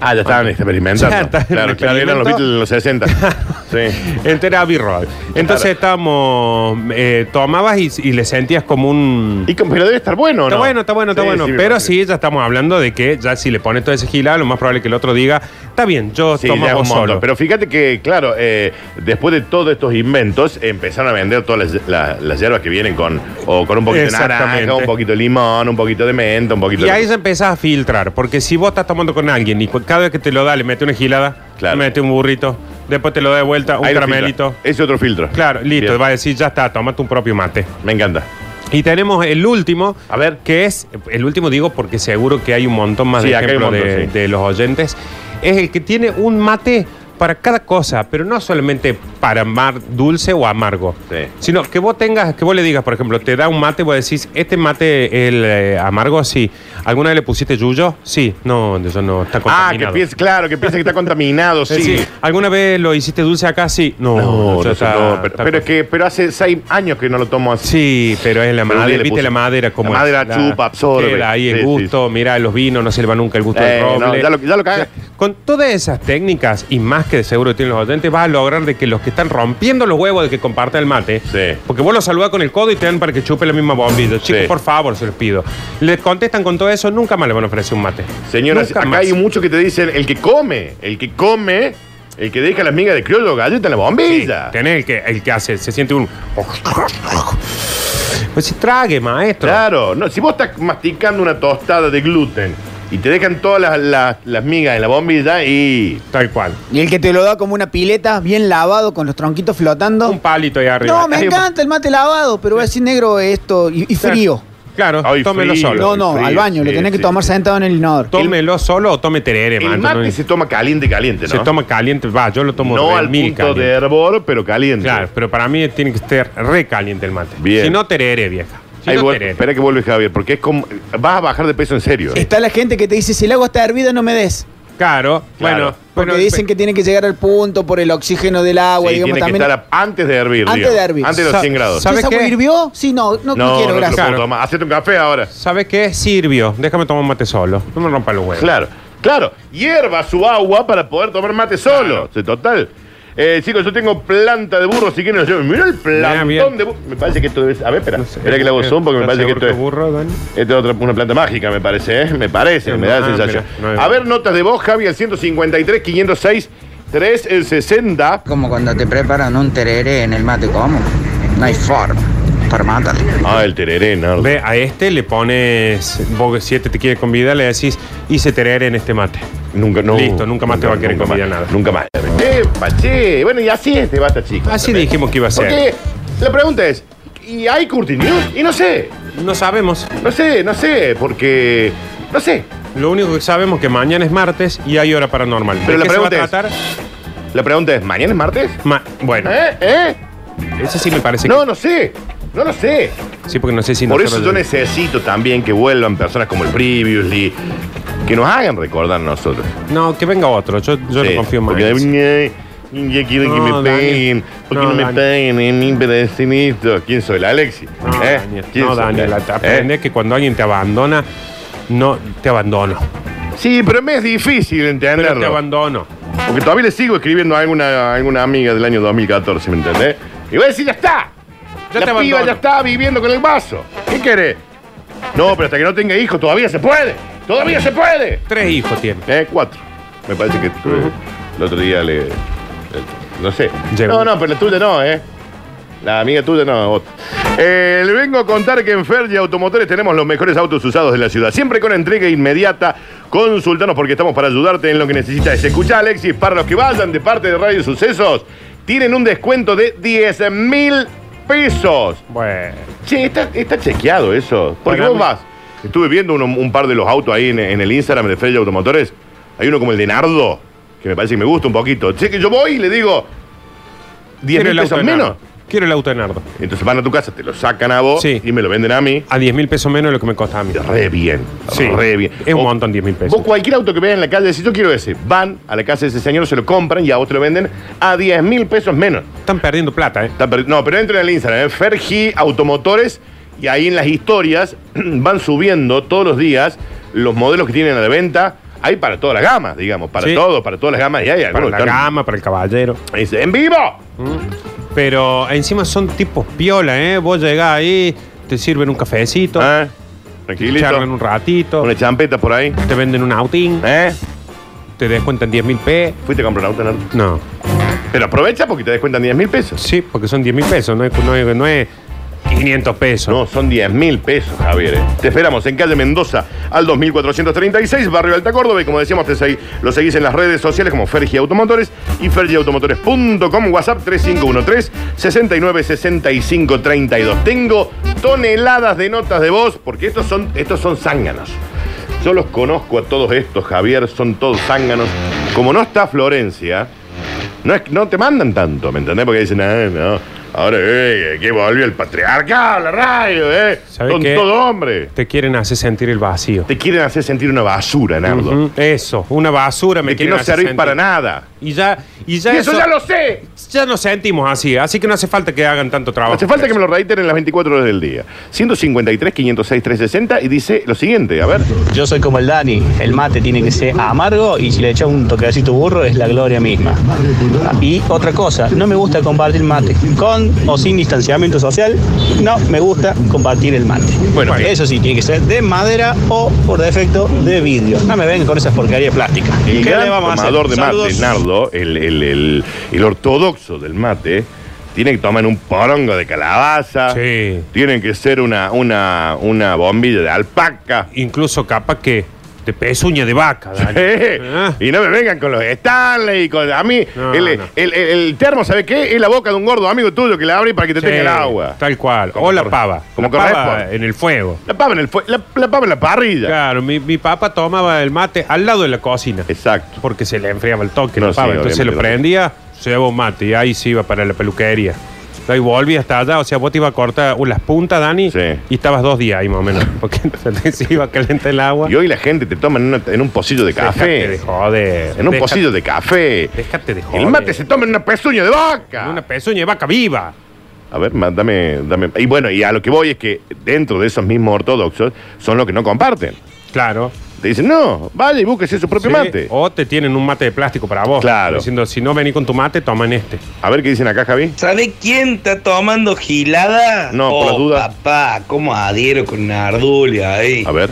Speaker 2: Ah, ya estaban experimentando.
Speaker 3: Ya estaban
Speaker 2: claro, claro, eran los
Speaker 3: experimentando.
Speaker 2: Beatles en los 60.
Speaker 3: [LAUGHS]
Speaker 2: sí.
Speaker 3: Entonces Este era B-roll. Entonces estábamos. eh, tomabas y, y le sentías como un.
Speaker 2: Y como, pero debe estar bueno, ¿no?
Speaker 3: Está bueno, está bueno, está
Speaker 2: Sí,
Speaker 3: bueno.
Speaker 2: sí, me
Speaker 3: pero
Speaker 2: parece.
Speaker 3: sí, ya estamos hablando de que ya si le pones todo ese gilado, lo más probable es que el otro diga, está bien, yo
Speaker 2: Sí,
Speaker 3: tomo
Speaker 2: ya
Speaker 3: vos
Speaker 2: un montón.
Speaker 3: solo.
Speaker 2: Pero fíjate que, claro, eh, después de todos estos inventos, empezaron a vender todas las, la- las hierbas que vienen con, o con un poquito de naranja,
Speaker 3: Exactamente.
Speaker 2: un poquito de limón, un poquito de menta, un poquito
Speaker 3: y
Speaker 2: de...
Speaker 3: ahí ya empezás a filtrar, porque si vos estás tomando con alguien y cu- cada vez que te lo da le mete una gilada, le mete un burrito, después te lo da de vuelta, un
Speaker 2: Ahí lo
Speaker 3: caramelito.
Speaker 2: filtra. Ese otro filtro.
Speaker 3: Claro, listo,
Speaker 2: Bien.
Speaker 3: va a decir, ya está, toma tu propio mate.
Speaker 2: Me encanta.
Speaker 3: Y tenemos el último,
Speaker 2: a ver,
Speaker 3: que es, el último digo porque seguro que hay un montón más
Speaker 2: Sí,
Speaker 3: de
Speaker 2: acá hay un
Speaker 3: ejemplos
Speaker 2: montón,
Speaker 3: de,
Speaker 2: sí.
Speaker 3: de los oyentes, es el que tiene un mate para cada cosa, pero no solamente para mar dulce o amargo, sino que vos tengas, que vos le digas, por ejemplo, te da un mate, vos decís, este mate el eh, amargo, sí. ¿Alguna vez le pusiste yuyo? Sí, no, yo no, está
Speaker 2: Ah, que
Speaker 3: contaminado.
Speaker 2: piensa, claro, que piensa que está
Speaker 3: [LAUGHS]
Speaker 2: contaminado,
Speaker 3: Es
Speaker 2: sí.
Speaker 3: decir, ¿Alguna vez lo hiciste dulce acá? Sí. No,
Speaker 2: No,
Speaker 3: yo
Speaker 2: no,
Speaker 3: está-
Speaker 2: no, pero,
Speaker 3: está
Speaker 2: pero es que pero hace seis años que no lo tomo así.
Speaker 3: Sí, pero es
Speaker 2: Pero
Speaker 3: la
Speaker 2: un día
Speaker 3: madera,
Speaker 2: le
Speaker 3: viste
Speaker 2: puse.
Speaker 3: la madera como
Speaker 2: La madera chupa, absorbe.
Speaker 3: Queda ahí el
Speaker 2: Sí,
Speaker 3: gusto, mira, los vinos no se le va nunca el gusto
Speaker 2: Eh,
Speaker 3: del roble.
Speaker 2: no, ya lo- ya lo cagaste.
Speaker 3: O sea, Con todas esas técnicas y más que de seguro tienen los oyentes, vas a lograr de que los que están rompiendo los huevos de que compartan el mate, porque vos los saludás con el codo y te dan para que chupe la misma bombilla. Chicos, por favor, se los pido. Les contestan con todo eso, nunca más le van a ofrecer un mate.
Speaker 2: Señoras,
Speaker 3: Nunca
Speaker 2: acá
Speaker 3: más.
Speaker 2: hay muchos que te dicen, el que come, el que come, el que deja las migas de criollo galleta en la bombilla.
Speaker 3: Tenés el que, el que hace, se siente un... [LAUGHS] Pues si trague, maestro.
Speaker 2: Claro, no, si vos estás masticando una tostada de gluten y te dejan todas las, las- las migas en la bombilla y...
Speaker 3: Tal cual.
Speaker 4: Y el que te lo da como una pileta, bien lavado, con los tronquitos flotando. Un
Speaker 3: palito ahí arriba.
Speaker 4: No, me encanta el mate lavado, pero voy a decir negro esto y, y frío.
Speaker 3: Claro,
Speaker 2: Ay,
Speaker 3: tómelo
Speaker 2: frío,
Speaker 3: solo.
Speaker 4: No, no, al baño, lo
Speaker 3: sí,
Speaker 4: tenés que
Speaker 3: sí,
Speaker 4: tomar sentado en el inodoro.
Speaker 3: Tómelo solo o tome terere,
Speaker 2: El mate se toma caliente, caliente, ¿no?
Speaker 3: Se toma caliente, va, yo lo tomo
Speaker 2: No
Speaker 3: re
Speaker 2: al
Speaker 3: mil
Speaker 2: punto de hervor, pero caliente.
Speaker 3: Claro, pero para mí tiene que estar re caliente el mate.
Speaker 2: Bien.
Speaker 3: Si no, terere, vieja. Si
Speaker 2: Ahí
Speaker 3: no,
Speaker 2: vuel-
Speaker 3: terere.
Speaker 2: espera que vuelve Javier, porque es como... Vas a bajar de peso en serio.
Speaker 4: Está la gente que te dice, si el agua está hervida, no me des.
Speaker 3: Claro,
Speaker 2: Claro.
Speaker 4: Porque dicen que tiene que llegar al punto por el oxígeno del agua,
Speaker 2: Sí,
Speaker 4: digamos
Speaker 2: tiene que
Speaker 4: también.
Speaker 2: estar a- antes de hervir,
Speaker 4: Antes
Speaker 2: digamos.
Speaker 4: de hervir.
Speaker 2: Antes de los
Speaker 4: Sa-
Speaker 2: 100 grados.
Speaker 4: ¿Sabes qué? hirvió? Sí, no,
Speaker 2: No,
Speaker 4: no, quiero,
Speaker 2: no te lo
Speaker 4: gracias.
Speaker 2: puedo tomar. Hacete un café ahora.
Speaker 3: ¿Sabes qué? Sirvio. Déjame tomar un mate solo. No me rompa los huevos.
Speaker 2: Claro, claro. Hierva su agua para poder tomar mate solo. Sí, Total. Eh, chicos, yo tengo planta de burro, si quieren lo llevo. Mirá el plantón de burro. Me parece que esto debe ser. A ver, espera. espera que le hago zoom porque me
Speaker 3: ¿Estás
Speaker 2: parece que esto
Speaker 3: seguro
Speaker 2: es.
Speaker 3: eh, burro, Dani?
Speaker 2: Esta es otra, una planta mágica, me parece, ¿eh? Me parece, me da
Speaker 3: Ah,
Speaker 2: la sensación.
Speaker 3: mira, no hay-
Speaker 2: a ver, notas de voz, Javi, el 153, 506, 3, el
Speaker 3: [COUGHS]
Speaker 2: 60.
Speaker 10: Como cuando te preparan un tereré en el mate, ¿cómo? No hay forma. Para matarle.
Speaker 2: Ah, el tereré, Nardo.
Speaker 3: Ve, a este le pones. Vos, que si este te quiere convidar, le decís, hice terere en este mate.
Speaker 2: Nunca, no.
Speaker 3: Listo, nunca más te va a querer convidar nada.
Speaker 2: Nunca más. Epa, che. Bueno, y así es, te basta, chicos.
Speaker 3: Así dijimos que iba a ser.
Speaker 2: Porque la pregunta es, ¿y hay Curtin News? Y no sé.
Speaker 3: No sabemos.
Speaker 2: No sé, no sé, porque. No sé.
Speaker 3: Lo único que sabemos es que mañana es martes y hay hora paranormal.
Speaker 2: Pero
Speaker 3: ¿De
Speaker 2: la
Speaker 3: qué se va a
Speaker 2: pregunta es-
Speaker 3: tratar?
Speaker 2: La pregunta es, ¿mañana es martes?
Speaker 3: Ma- bueno,
Speaker 2: ¿Eh? ¿Eh?
Speaker 3: ese sí me parece
Speaker 2: No, no sé. No lo sé.
Speaker 3: que. Sí, porque no sé si
Speaker 2: Por eso
Speaker 3: nosotros-
Speaker 2: yo necesito también que vuelvan personas como el Previously, que nos hagan recordar a nosotros.
Speaker 3: No, que venga otro. Yo, yo
Speaker 2: Sí,
Speaker 3: no confío más.
Speaker 2: Porque
Speaker 3: en eso.
Speaker 2: ay, ya quieren que
Speaker 3: No,
Speaker 2: me
Speaker 3: Dani.
Speaker 2: peguen, porque
Speaker 3: No,
Speaker 2: no, me
Speaker 3: Dani.
Speaker 2: peguen, es mi pedacinito. ¿Quién soy? ¿La Alexi?
Speaker 3: No,
Speaker 2: ¿Eh?
Speaker 3: Daniel,
Speaker 2: ¿Quién
Speaker 3: no,
Speaker 2: soy?
Speaker 3: Daniel,
Speaker 2: ¿Eh?
Speaker 3: aprende que cuando alguien te abandona, no te abandono.
Speaker 2: Sí, pero me es difícil entenderlo.
Speaker 3: Pero te abandono.
Speaker 2: Porque todavía le sigo escribiendo a alguna, a alguna amiga del año 2014, ¿me entendés? Y voy a decir, ya está.
Speaker 3: Ya
Speaker 2: la
Speaker 3: te
Speaker 2: piba
Speaker 3: abandono.
Speaker 2: ya está viviendo con el vaso. ¿Qué querés? No, pero hasta que no tenga hijos, todavía se puede. Todavía se puede.
Speaker 3: Tres hijos tiene.
Speaker 2: Eh, cuatro. Me parece que eh, el otro día le. le- no sé.
Speaker 3: Llegó.
Speaker 2: No, no, pero la tuya no, ¿eh? La amiga tuya no, otra. Eh, le vengo a contar que en Fergie Automotores tenemos los mejores autos usados de la ciudad. Siempre con entrega inmediata. Consultanos porque estamos para ayudarte en lo que necesitas. Escucha, Alexis, para los que vayan de parte de Radio Sucesos, tienen un descuento de 10 mil pesos.
Speaker 3: Bueno.
Speaker 2: Che, está, está chequeado eso. Porque
Speaker 3: Para
Speaker 2: vos
Speaker 3: mí-
Speaker 2: vas. Estuve viendo uno- un par de los autos ahí en, en el Instagram de Freya Automotores. Hay uno como el de Nardo, que me parece que me gusta un poquito. Che, que yo voy y le digo, 10
Speaker 3: Quiero
Speaker 2: mil
Speaker 3: el auto
Speaker 2: pesos
Speaker 3: de
Speaker 2: menos.
Speaker 3: Nardo. Quiero el auto de Nardo.
Speaker 2: Entonces van a tu casa, te lo sacan a vos y me lo venden a mí.
Speaker 3: A 10 mil pesos menos de lo que me costaba a mí.
Speaker 2: Re bien.
Speaker 3: Sí.
Speaker 2: Re bien.
Speaker 3: Es un montón 10 mil pesos.
Speaker 2: Vos cualquier auto que veas en la calle, si yo quiero ese, van a la casa de ese señor, se lo compran y a vos te lo venden a 10 mil pesos menos.
Speaker 3: Están perdiendo plata, ¿eh?
Speaker 2: no, pero entren al Instagram, ¿eh? Fergi Automotores, y ahí en las historias [CLEARS THROAT] van subiendo todos los días los modelos que tienen a la venta. Hay para todas las gamas, digamos, para
Speaker 3: Sí.
Speaker 2: todo, para todas las gamas. Y hay
Speaker 3: Para
Speaker 2: algunos
Speaker 3: la
Speaker 2: que están-
Speaker 3: gama, para el caballero.
Speaker 2: Dice, ¡en vivo!
Speaker 3: Pero encima son tipos piola, ¿eh? Vos llegás ahí, te sirven un cafecito.
Speaker 2: Eh, Tranquilito.
Speaker 3: Charlan un ratito.
Speaker 2: Una champeta por ahí.
Speaker 3: Te venden un autín.
Speaker 2: ¿Eh?
Speaker 3: Te descuentan 10 mil pesos.
Speaker 2: ¿Fuiste a comprar un auto, Nardo?
Speaker 3: No.
Speaker 2: Pero aprovecha porque te descuentan 10 mil pesos.
Speaker 3: Sí, porque son 10 mil pesos, no es, no es- no es 500 pesos.
Speaker 2: No, son 10 mil pesos, Javier. eh. Te esperamos en calle Mendoza al 2436, barrio Alta Córdoba. Y como decíamos, te segui- lo seguís en las redes sociales como Fergi Automotores y fergiautomotores.com, WhatsApp 3513-696532. Tengo toneladas de notas de voz, porque estos son, estos son zánganos. Yo los conozco a todos estos, Javier, son todos zánganos. Como no está Florencia, no, es, no te mandan tanto, ¿me entendés? Porque dicen, ah, no, ahora eh, que volvió el patriarcado, a la radio, ¿eh?
Speaker 3: ¿Sabes
Speaker 2: Son
Speaker 3: qué?
Speaker 2: todo hombre.
Speaker 3: Te quieren hacer sentir el vacío.
Speaker 2: Te quieren hacer sentir una basura, Nardo.
Speaker 3: Ujú, Eso, una basura me
Speaker 2: De que
Speaker 3: quieren
Speaker 2: no
Speaker 3: hacer
Speaker 2: servís
Speaker 3: sentir.
Speaker 2: para nada.
Speaker 3: Y ya, y ya
Speaker 2: Y eso ya lo sé.
Speaker 3: Ya nos sentimos así, así que no hace falta que hagan tanto trabajo.
Speaker 2: Hace falta que me lo reiteren las 24 horas del día. 153, 506, 360 y dice lo siguiente, a ver.
Speaker 11: Yo soy como el Dani, el mate tiene que ser amargo y si le echas un toquecito burro es la gloria misma. Y otra cosa, no me gusta compartir mate. Con o sin distanciamiento social, no me gusta compartir el mate. Bueno, eso sí, tiene que ser de madera o por defecto de vidrio. No me ven con esas porquerías plásticas.
Speaker 2: El
Speaker 11: ¿Qué
Speaker 2: gran
Speaker 11: le vamos a hacer?
Speaker 2: tomador de mate,
Speaker 11: Saludos.
Speaker 2: Nardo, el, el- el- el ortodoxo del mate, tiene que tomar un porongo de calabaza.
Speaker 3: Sí.
Speaker 2: Tienen que ser una, una, una bombilla de alpaca.
Speaker 3: Incluso capaz que te pezuña de vaca,
Speaker 2: [LAUGHS]
Speaker 3: Dani.
Speaker 2: Sí.
Speaker 3: Ah.
Speaker 2: Eh, Y no me vengan con los Stanley y con. A mí,
Speaker 3: No,
Speaker 2: el,
Speaker 3: no.
Speaker 2: el- el- el termo, ¿sabe qué? Es la boca de un gordo amigo tuyo que le abre para que te
Speaker 3: Sí,
Speaker 2: tenga el agua.
Speaker 3: Tal cual. o la
Speaker 2: corre-
Speaker 3: pava.
Speaker 2: como
Speaker 3: la pava
Speaker 2: corresponde.
Speaker 3: en el fuego.
Speaker 2: La pava en, el fue- la, la pava en la parrilla.
Speaker 3: Claro, mi, mi papá tomaba el mate al lado de la cocina.
Speaker 2: Exacto.
Speaker 3: Porque se le enfriaba el toque,
Speaker 2: No,
Speaker 3: la pava.
Speaker 2: sí,
Speaker 3: Entonces lo
Speaker 2: obviamente.
Speaker 3: prendía, se llevaba un mate y ahí se iba para la peluquería. Y volví hasta allá, o sea, vos te ibas a cortar uh, las puntas, Dani, y estabas dos días ahí más o menos, [LAUGHS] porque se iba a calentar el agua.
Speaker 2: Y hoy la gente te toma en, una- en un pocillo de
Speaker 3: Dejate
Speaker 2: café.
Speaker 3: de joder.
Speaker 2: En un
Speaker 3: Dejate-
Speaker 2: pocillo de café.
Speaker 3: Dejate de joder.
Speaker 2: El mate se toma en una pezuña de vaca.
Speaker 3: Una pezuña de vaca viva.
Speaker 2: A ver, ma- dame, dame. Y bueno, y a lo que voy es que dentro de esos mismos ortodoxos son los que no comparten.
Speaker 3: Claro.
Speaker 2: Te dicen, no, vaya y búsquese su propio
Speaker 3: Sí, Oh.
Speaker 2: mate.
Speaker 3: O te tienen un mate de plástico para vos.
Speaker 2: Claro.
Speaker 3: Diciendo, si no venís con tu mate, toman este.
Speaker 2: A ver qué dicen acá, Javi.
Speaker 12: ¿Sabe quién está tomando gilada?
Speaker 2: No, por
Speaker 12: Oh,
Speaker 2: las dudas.
Speaker 12: Papá, cómo adhiero con Nardulia ahí. A
Speaker 2: ver.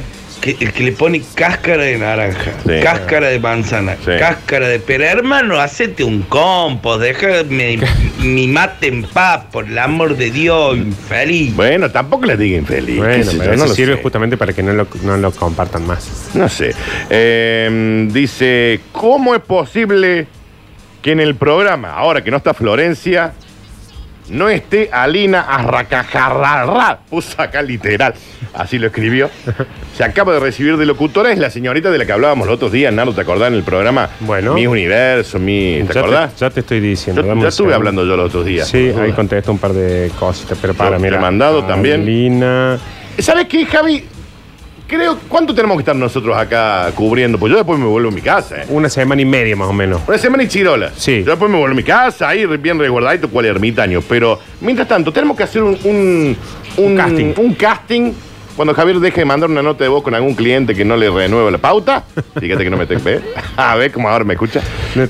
Speaker 12: el que le pone cáscara de naranja,
Speaker 2: Sí.
Speaker 12: cáscara de manzana, cáscara de pera. Hermano, hacete un compost, déjame mi mate en paz, por el amor de Dios, infeliz.
Speaker 2: Bueno, tampoco les diga infeliz. qué
Speaker 3: Bueno,
Speaker 2: sé
Speaker 3: pero
Speaker 2: yo,
Speaker 3: eso
Speaker 2: no lo
Speaker 3: sirve
Speaker 2: sé.
Speaker 3: justamente para que no lo, no lo compartan más.
Speaker 2: No sé. Eh, dice, ¿cómo es posible que en el programa, ahora que no está Florencia, no esté Alina Arracajarrarra? Puso acá literal. Así lo escribió. Se acaba de recibir de locutora, es la señorita de la que hablábamos los otros días, Nardo, ¿te acordás en el programa?
Speaker 3: Bueno.
Speaker 2: Mi universo, mi.
Speaker 3: Ya
Speaker 2: ¿Te acordás?
Speaker 3: ya te estoy diciendo.
Speaker 2: Yo-
Speaker 3: dame
Speaker 2: ya
Speaker 3: un
Speaker 2: estuve
Speaker 3: segundo.
Speaker 2: hablando yo los otros días.
Speaker 3: Sí,
Speaker 2: Por
Speaker 3: ahí
Speaker 2: duda.
Speaker 3: contesto un par de cositas, pero para,
Speaker 2: te
Speaker 3: mira. ah,
Speaker 2: he mandado también.
Speaker 3: Lina.
Speaker 2: ¿Sabes qué, Javi? Creo, ¿cuánto tenemos que estar nosotros acá cubriendo? Pues yo después me vuelvo a mi casa, ¿eh?
Speaker 3: Una semana y media más o menos.
Speaker 2: Una semana y chirola. Sí. Yo después me vuelvo a mi casa, ahí bien resguardadito, cual ermitaño. Pero, mientras tanto, tenemos que hacer un, un, un-
Speaker 3: casting.
Speaker 2: un casting. Cuando Javier deje de mandar una nota de voz con algún cliente que no le renueva la
Speaker 3: [LAUGHS]
Speaker 2: pauta, fíjate que no me te ve. [LAUGHS] A ver cómo ahora me escucha.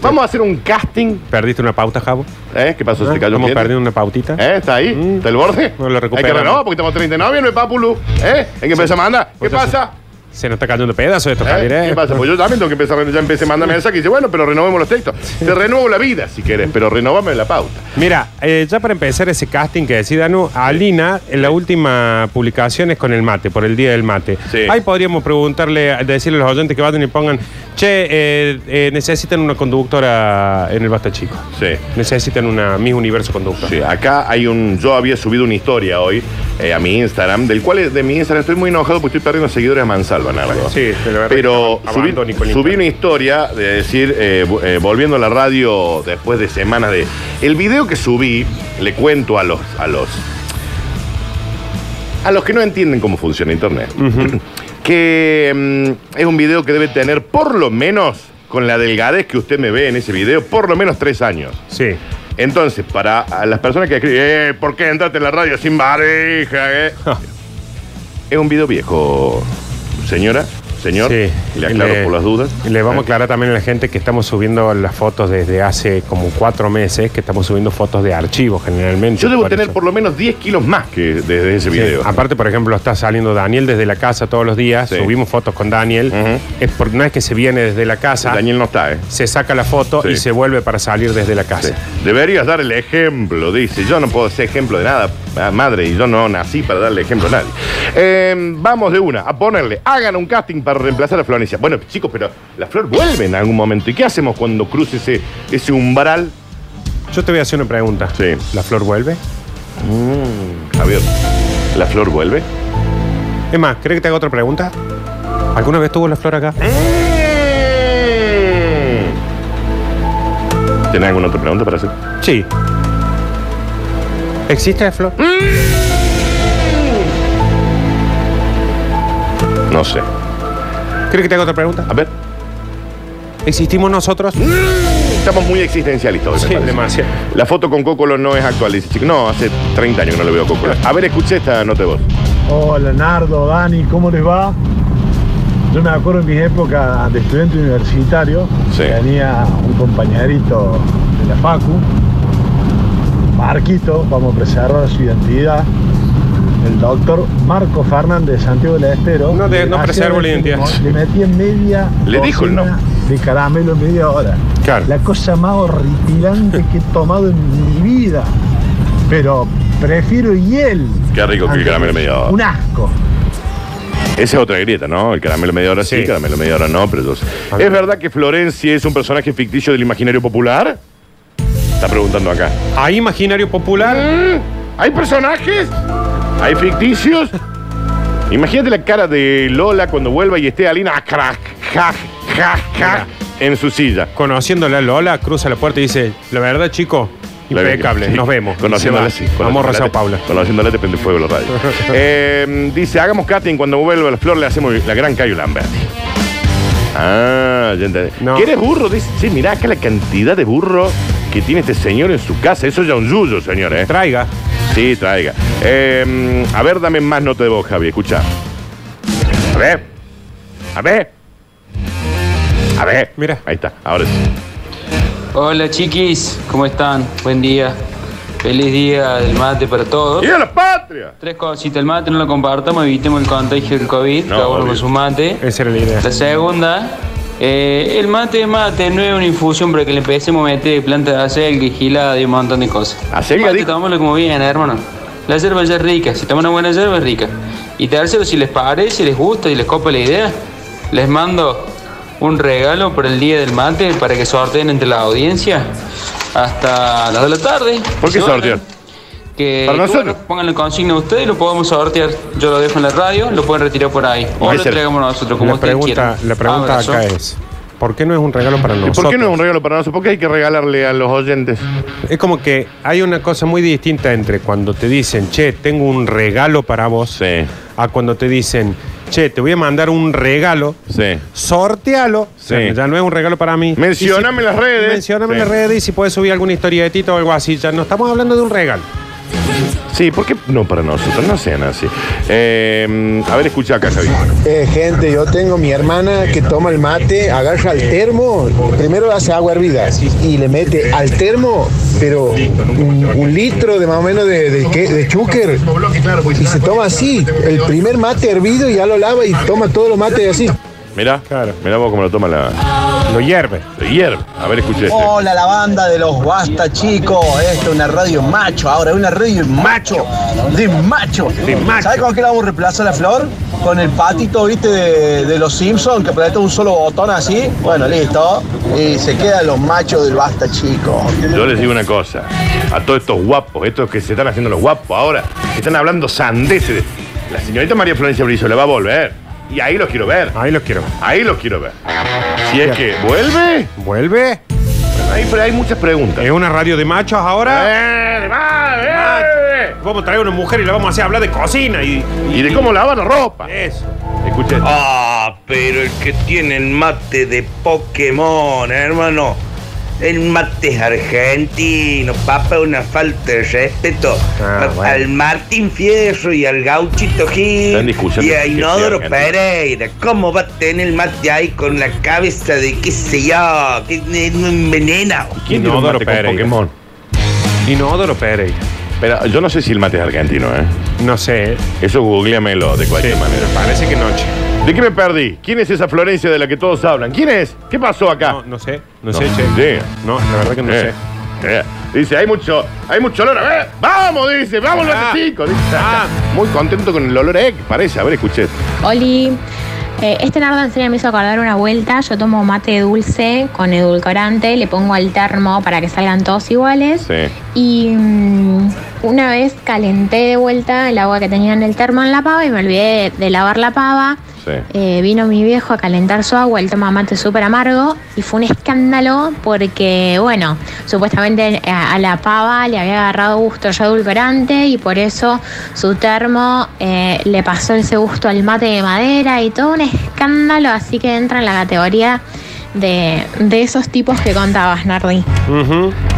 Speaker 2: Vamos a hacer un casting.
Speaker 3: ¿Perdiste una pauta, Javo?
Speaker 2: ¿Eh? ¿Qué pasó? ¿Se
Speaker 3: Ah,
Speaker 2: cayó un
Speaker 3: ¿Hemos
Speaker 2: cliente?
Speaker 3: perdido una pautita?
Speaker 2: ¿Eh? ¿Está ahí? ¿Está el borde?
Speaker 3: No lo
Speaker 2: Hay que
Speaker 3: recuperamos.
Speaker 2: renovar porque estamos 39, no hay papulu. ¿Eh? ¿En qué empresa manda? ¿Qué
Speaker 3: Pues ya
Speaker 2: pasa?
Speaker 3: Se nos está cayendo pedazos esto, Javier.
Speaker 2: ¿Eh?
Speaker 3: ¿eh?
Speaker 2: ¿Qué pasa? Pues yo también tengo que empezar, ya empecé a mandar mensajes y dice, bueno, pero renovemos los textos. Te renuevo la vida si quieres, pero renovame la pauta.
Speaker 3: Mira, eh, ya para empezar ese casting que decía Danu, Alina, en la última publicación es con el mate, por el Día del Mate. Ahí podríamos preguntarle, decirle a los oyentes que vayan y pongan, Che, eh, eh, necesitan una conductora en el Basta Chico.
Speaker 2: Sí.
Speaker 3: Necesitan una Miss Universo conductora.
Speaker 2: Sí, acá hay un. Yo había subido una historia hoy eh, a mi Instagram, del cual eh, de mi Instagram estoy muy enojado porque estoy perdiendo seguidores a Mansalva, Nardo.
Speaker 3: Sí, de la verdad
Speaker 2: Pero
Speaker 3: que ab-
Speaker 2: subí,
Speaker 3: abandono con
Speaker 2: subí
Speaker 3: Instagram.
Speaker 2: una historia de decir, eh, vo- eh, volviendo a la radio después de semanas de. El video que subí, le cuento a los. A los a los que no entienden cómo funciona Internet, [CLEARS THROAT] que mm, es un video que debe tener por lo menos, con la delgadez que usted me ve en ese video, por lo menos tres años.
Speaker 3: Sí.
Speaker 2: Entonces, para a las personas que escriben, "Eh, ¿por qué entraste en la radio sin barija? eh?" es un video viejo, señora, señor.
Speaker 3: Sí.
Speaker 2: Le aclaro por las dudas.
Speaker 3: Le vamos a
Speaker 2: Eh.
Speaker 3: aclarar también a la gente que estamos subiendo las fotos desde hace como cuatro meses, que estamos subiendo fotos de archivos generalmente.
Speaker 2: Yo debo
Speaker 3: por
Speaker 2: tener
Speaker 3: eso.
Speaker 2: por lo menos 10 kilos más que desde ese
Speaker 3: Sí.
Speaker 2: video.
Speaker 3: Aparte, por ejemplo, está saliendo Daniel desde la casa todos los días.
Speaker 2: Sí.
Speaker 3: Subimos fotos con Daniel. es por, no es que se viene desde la casa.
Speaker 2: Daniel no está, ¿eh?
Speaker 3: Se saca la foto
Speaker 2: Sí.
Speaker 3: y se vuelve para salir desde la casa.
Speaker 2: Deberías dar el ejemplo, dice. Yo no puedo ser ejemplo de nada, ah, madre, y yo no nací para darle ejemplo a nadie. Eh, vamos de una, a ponerle, hagan un casting para reemplazar a Florencia. Bueno, chicos, pero la flor vuelve en algún momento. ¿Y qué hacemos cuando cruce ese, ese umbral?
Speaker 3: Yo te voy a hacer una pregunta.
Speaker 2: Sí.
Speaker 3: ¿La flor vuelve?
Speaker 2: Javier, Mm, ¿la flor vuelve?
Speaker 3: Es más, ¿crees que te haga otra pregunta? ¿Alguna vez tuvo la flor acá?
Speaker 2: ¿Tenés alguna otra pregunta para hacer?
Speaker 3: Sí. ¿Existe la flor?
Speaker 2: No sé.
Speaker 3: ¿Crees que te haga otra pregunta?
Speaker 2: A ver.
Speaker 3: ¿Existimos nosotros?
Speaker 2: Estamos muy existencialistas hoy, me
Speaker 3: Sí,
Speaker 2: parece.
Speaker 3: demasiado.
Speaker 2: La foto con Cócolo no es actual, dice chico. No, hace 30 años que no le veo a Cócolo. A ver, escuché esta nota de voz.
Speaker 5: Hola Nardo, Dani, ¿cómo les va? Yo me acuerdo en mis épocas de estudiante universitario,
Speaker 2: Sí.
Speaker 5: tenía un compañerito de la Facu, Marquito, vamos a preservar su identidad, el doctor Marco Fernández de Santiago del Estero.
Speaker 3: No te- no
Speaker 5: Hacía
Speaker 3: preservo la
Speaker 5: ver que
Speaker 3: identidad.
Speaker 5: Le metí en media
Speaker 3: Le dijo el
Speaker 5: docena de caramelo en media hora. La cosa más horripilante que he tomado en mi vida. Pero prefiero hiel.
Speaker 2: Qué rico que el caramelo medio hora.
Speaker 5: Un asco.
Speaker 2: Esa es otra grieta, ¿no? El caramelo media hora sí, el caramelo media hora no, pero yo sé. ¿Es verdad que Florencia es un personaje ficticio del imaginario popular? Está preguntando acá.
Speaker 3: ¿Hay imaginario popular?
Speaker 2: ¿Hay personajes? ¿Hay ficticios? Imagínate la cara de Lola cuando vuelva y esté Alina ah, crack, crack, crack, crack, en su silla.
Speaker 3: Conociéndola Lola, cruza la puerta y dice, la verdad, chico,
Speaker 2: La verdad,
Speaker 3: impecable,
Speaker 2: sí.
Speaker 3: nos vemos.
Speaker 2: Conociéndola,
Speaker 3: Y se
Speaker 2: sí.
Speaker 3: va. Vamos a
Speaker 2: Conociéndola,
Speaker 3: rezar
Speaker 2: te-
Speaker 3: a Paula.
Speaker 2: Conociéndola te prende fuego la
Speaker 3: [LAUGHS]
Speaker 2: radio. Eh, dice, hagamos casting cuando vuelva la flor, le hacemos la gran Cayo Lambert. Ah, ya entendí. ¿Quieres burro? Dice, sí, mirá acá la cantidad de burro que tiene este señor en su casa. Eso ya es un yuyo, señor, ¿eh?
Speaker 3: Traiga.
Speaker 2: Sí, traiga. Eh, a ver, dame más nota de voz, Javi, escucha. A ver. A ver. A ver. Mira. Ahí está, ahora sí.
Speaker 13: Hola chiquis, ¿cómo están? Buen día. Feliz día del mate para todos.
Speaker 2: ¡Y a la patria!
Speaker 13: Tres cositas, el mate no lo compartamos, evitemos el contagio del COVID, cada uno con su mate.
Speaker 3: Esa era la idea.
Speaker 13: La segunda, eh, el mate es mate, no es una infusión para que le empecemos a meter planta de acelga y gilada y un montón de cosas.
Speaker 2: Acelga,
Speaker 13: Mate, tomámoslo como bien, hermano. La yerba ya es rica, si toman una buena yerba es rica. Y tercero, si les parece, si les gusta y les copa la idea, les mando un regalo por el día del mate para que sorteen entre la audiencia hasta las de la tarde.
Speaker 2: ¿Por qué
Speaker 13: Se van.
Speaker 2: sortear?
Speaker 13: Que,
Speaker 2: Para
Speaker 13: que
Speaker 2: nosotros.
Speaker 13: bueno, pongan la consigna ustedes y lo podemos sortear. Yo lo dejo en la radio, lo pueden retirar por ahí. O
Speaker 3: Ahí
Speaker 13: lo
Speaker 3: se-
Speaker 13: entregamos nosotros, como Ah,
Speaker 3: la
Speaker 13: ustedes
Speaker 3: pregunta,
Speaker 13: quieran.
Speaker 3: la pregunta
Speaker 13: Abrazo.
Speaker 3: acá es, ¿por qué no es un regalo para
Speaker 2: ¿Y
Speaker 3: nosotros?
Speaker 2: por qué no es un regalo para nosotros? ¿Por qué hay que regalarle a los oyentes?
Speaker 3: Es como que hay una cosa muy distinta entre cuando te dicen, che, tengo un regalo para vos, a cuando te dicen, che, te voy a mandar un regalo,
Speaker 2: Sí.
Speaker 3: sortealo,
Speaker 2: Sí.
Speaker 3: o sea, ya no es un regalo para mí.
Speaker 2: Mencioname
Speaker 3: Y
Speaker 2: las redes.
Speaker 3: Mencioname
Speaker 2: Sí.
Speaker 3: las redes y si puedes subir alguna historietita o algo así, ya no estamos hablando de un regalo.
Speaker 2: Sí, ¿por qué no para nosotros? No sean así. Eh, a ver, escucha acá, Javi.
Speaker 14: Eh, gente, yo tengo mi hermana que toma el mate, agarra al termo, primero hace agua hervida y le mete al termo, pero un, un litro de más o menos de, de, que- de chúquer y se toma así, el primer mate hervido y ya lo lava y toma todos los mates así.
Speaker 2: Mirá, mirá vos cómo lo toma la.
Speaker 3: Lo hierve.
Speaker 2: Lo hierve. A ver, escuché este.
Speaker 5: Hola, la banda de los Basta, chicos. Esta es una radio macho. Ahora, una radio macho. De macho.
Speaker 2: De macho.
Speaker 5: ¿Sabes con qué la vamos a reemplazar la flor? Con el patito, viste, de, de los Simpsons, que aprieta un solo botón así. Bueno, listo. Y se quedan los machos del Basta, chicos.
Speaker 2: Yo les digo una cosa. A todos estos guapos, estos que se están haciendo los guapos ahora, que están hablando sandeces. La señorita María Florencia Brizola va a volver. Y ahí los quiero ver.
Speaker 3: Ahí los quiero ver.
Speaker 2: Ahí los quiero ver. Si es que vuelve.
Speaker 3: Vuelve.
Speaker 2: Hay, hay muchas preguntas.
Speaker 3: ¿Es una radio de machos ahora?
Speaker 2: ¡Eh, de madre!
Speaker 3: Vamos a traer a una mujer y la vamos a hacer hablar de cocina y.
Speaker 2: Y de cómo lavar la ropa.
Speaker 3: Eso.
Speaker 2: Escuchen.
Speaker 13: Ah, pero el que tiene el mate de Pokémon, hermano. El mate es argentino, papa, una falta de respeto.
Speaker 2: Ah,
Speaker 13: Pa-
Speaker 2: bueno.
Speaker 13: Al Martín Fierro y al Gauchito
Speaker 2: Están
Speaker 13: Gil
Speaker 2: discutiendo
Speaker 13: y
Speaker 2: que
Speaker 13: a
Speaker 2: sea
Speaker 13: Inodoro
Speaker 2: argentino.
Speaker 13: Pereira. ¿Cómo va a tener el mate ahí con la cabeza de qué sé yo? Que es un envenenado.
Speaker 2: ¿Quién tiene un
Speaker 3: Inodoro
Speaker 2: mate con
Speaker 3: Pereira.
Speaker 2: Pokémon?
Speaker 3: Inodoro Pereira.
Speaker 2: Pero yo no sé si el mate es argentino, ¿eh?
Speaker 3: No sé.
Speaker 2: Eso googleamelo de cualquier manera.
Speaker 3: Parece que noche.
Speaker 2: ¿De qué me perdí? ¿Quién es esa Florencia de la que todos hablan? ¿Quién es? ¿Qué pasó acá?
Speaker 3: No, no sé. No, sé, che.
Speaker 2: Ah. Sí.
Speaker 3: No, la verdad que no
Speaker 2: Eh, eh. Dice, hay mucho, hay mucho olor. A ver, vamos, dice, vamos,
Speaker 3: Ah.
Speaker 2: los chicos. Dice, [LAUGHS] Muy contento con el olor a egg, parece. A ver, escuché.
Speaker 14: Oli, eh, este nardo en serio me hizo acordar una vuelta. Yo tomo mate dulce con edulcorante, le pongo al termo para que salgan todos iguales.
Speaker 2: Sí.
Speaker 14: Y mm, una vez calenté de vuelta el agua que tenía en el termo en la pava y me olvidé de, de lavar la pava. Eh, vino mi viejo a calentar su agua, él toma mate súper amargo y fue un escándalo porque, bueno, supuestamente eh, a, a la pava le había agarrado gusto ya edulcorante y por eso su termo eh, le pasó ese gusto al mate de madera y todo un escándalo, así que entra en la categoría de, de esos tipos que contabas, Nardi.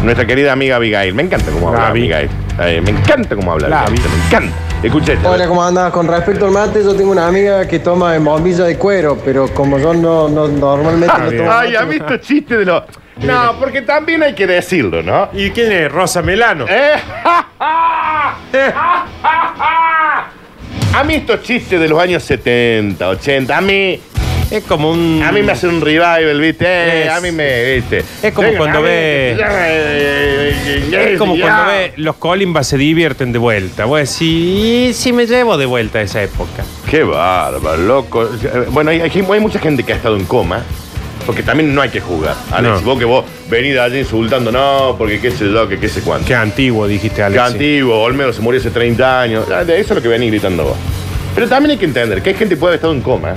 Speaker 2: Nuestra querida amiga Abigail. Me encanta cómo habla
Speaker 3: Gaby.
Speaker 2: Abigail. Eh, me encanta cómo habla
Speaker 3: Gaby.
Speaker 2: Abigail. Me encanta. Escuché. este.
Speaker 15: Hola, ¿cómo andas? Con respecto al mate, yo tengo una amiga que toma en bombilla de cuero, pero como yo no, no- normalmente no tomo
Speaker 2: Ay,
Speaker 15: mate,
Speaker 2: ¿ha visto el chiste de los... No, porque también hay que decirlo, ¿no?
Speaker 3: ¿Y quién es? Rosa Melano. Eh.
Speaker 2: ¿Eh? [LAUGHS] Ah, A mí estos chistes de los años 70, 80, a mí...
Speaker 3: Es como un...
Speaker 2: A mí me hace un revival, ¿viste? Eh,
Speaker 3: Es-
Speaker 2: a mí me... ¿viste?
Speaker 3: Es como
Speaker 2: Venga,
Speaker 3: cuando
Speaker 2: a mí-
Speaker 3: ve. Es como cuando ve los Colimbas se divierten de vuelta. Voy a decir, si me llevo de vuelta a esa época.
Speaker 2: Qué bárbaro, loco. Eh, Bueno, hay, hay- hay mucha gente que ha estado en coma, porque también no hay que jugar. Alex,
Speaker 3: No.
Speaker 2: vos que vos venís de allí insultando, no, porque qué sé yo, que qué sé cuánto.
Speaker 3: Qué antiguo, dijiste, Alex.
Speaker 2: Qué antiguo, Olmedo se murió hace 30 años. Ah, de Eso es lo que venís gritando vos. Pero también hay que entender que hay gente que puede haber estado en coma ¿eh?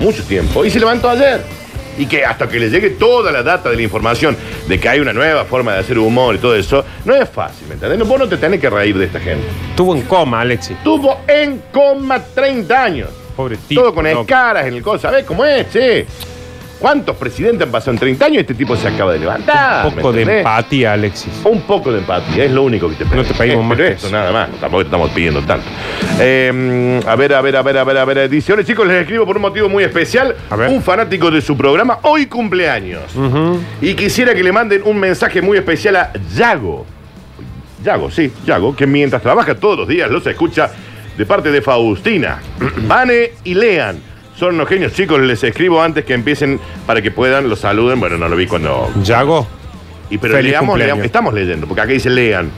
Speaker 2: mucho tiempo y se levantó ayer. Y que hasta que le llegue toda la data de la información de que hay una nueva forma de hacer humor y todo eso, no es fácil, ¿me entendés? No, Vos no te tenés que reír de esta gente.
Speaker 3: Estuvo en coma, Alexi.
Speaker 2: Estuvo en coma 30 años.
Speaker 3: Pobre tipo.
Speaker 2: Todo con
Speaker 3: loco.
Speaker 2: escaras en el coso. ¿Sabés cómo es, che? ¿Cuántos presidentes han pasado en 30 años y este tipo se acaba de levantar?
Speaker 3: Un poco
Speaker 2: Ah, ¿me
Speaker 3: de
Speaker 2: entendés?
Speaker 3: empatía, Alexis.
Speaker 2: Un poco de empatía, es lo único que te pedimos.
Speaker 3: No
Speaker 2: [LAUGHS]
Speaker 3: te pedimos
Speaker 2: Eh,
Speaker 3: más
Speaker 2: pero
Speaker 3: que
Speaker 2: esto,
Speaker 3: eso.
Speaker 2: nada más. No, Tampoco te estamos pidiendo tanto. Eh, a ver, a ver, a ver, a ver, a ver. Dice, hola chicos, les escribo por un motivo muy especial. Un fanático de su programa hoy cumpleaños. Y quisiera que le manden un mensaje muy especial a Yago. Yago, sí, Yago, que mientras trabaja todos los días los escucha de parte de Faustina, [CLEARS THROAT] Vane y Lean. Son unos genios chicos, les escribo antes que empiecen para que puedan, los saluden. Bueno, no lo vi cuando.
Speaker 3: Yago.
Speaker 2: Y pero
Speaker 3: Feliz
Speaker 2: leamos,
Speaker 3: cumpleaños.
Speaker 2: leamos- estamos leyendo, porque acá dice Lean.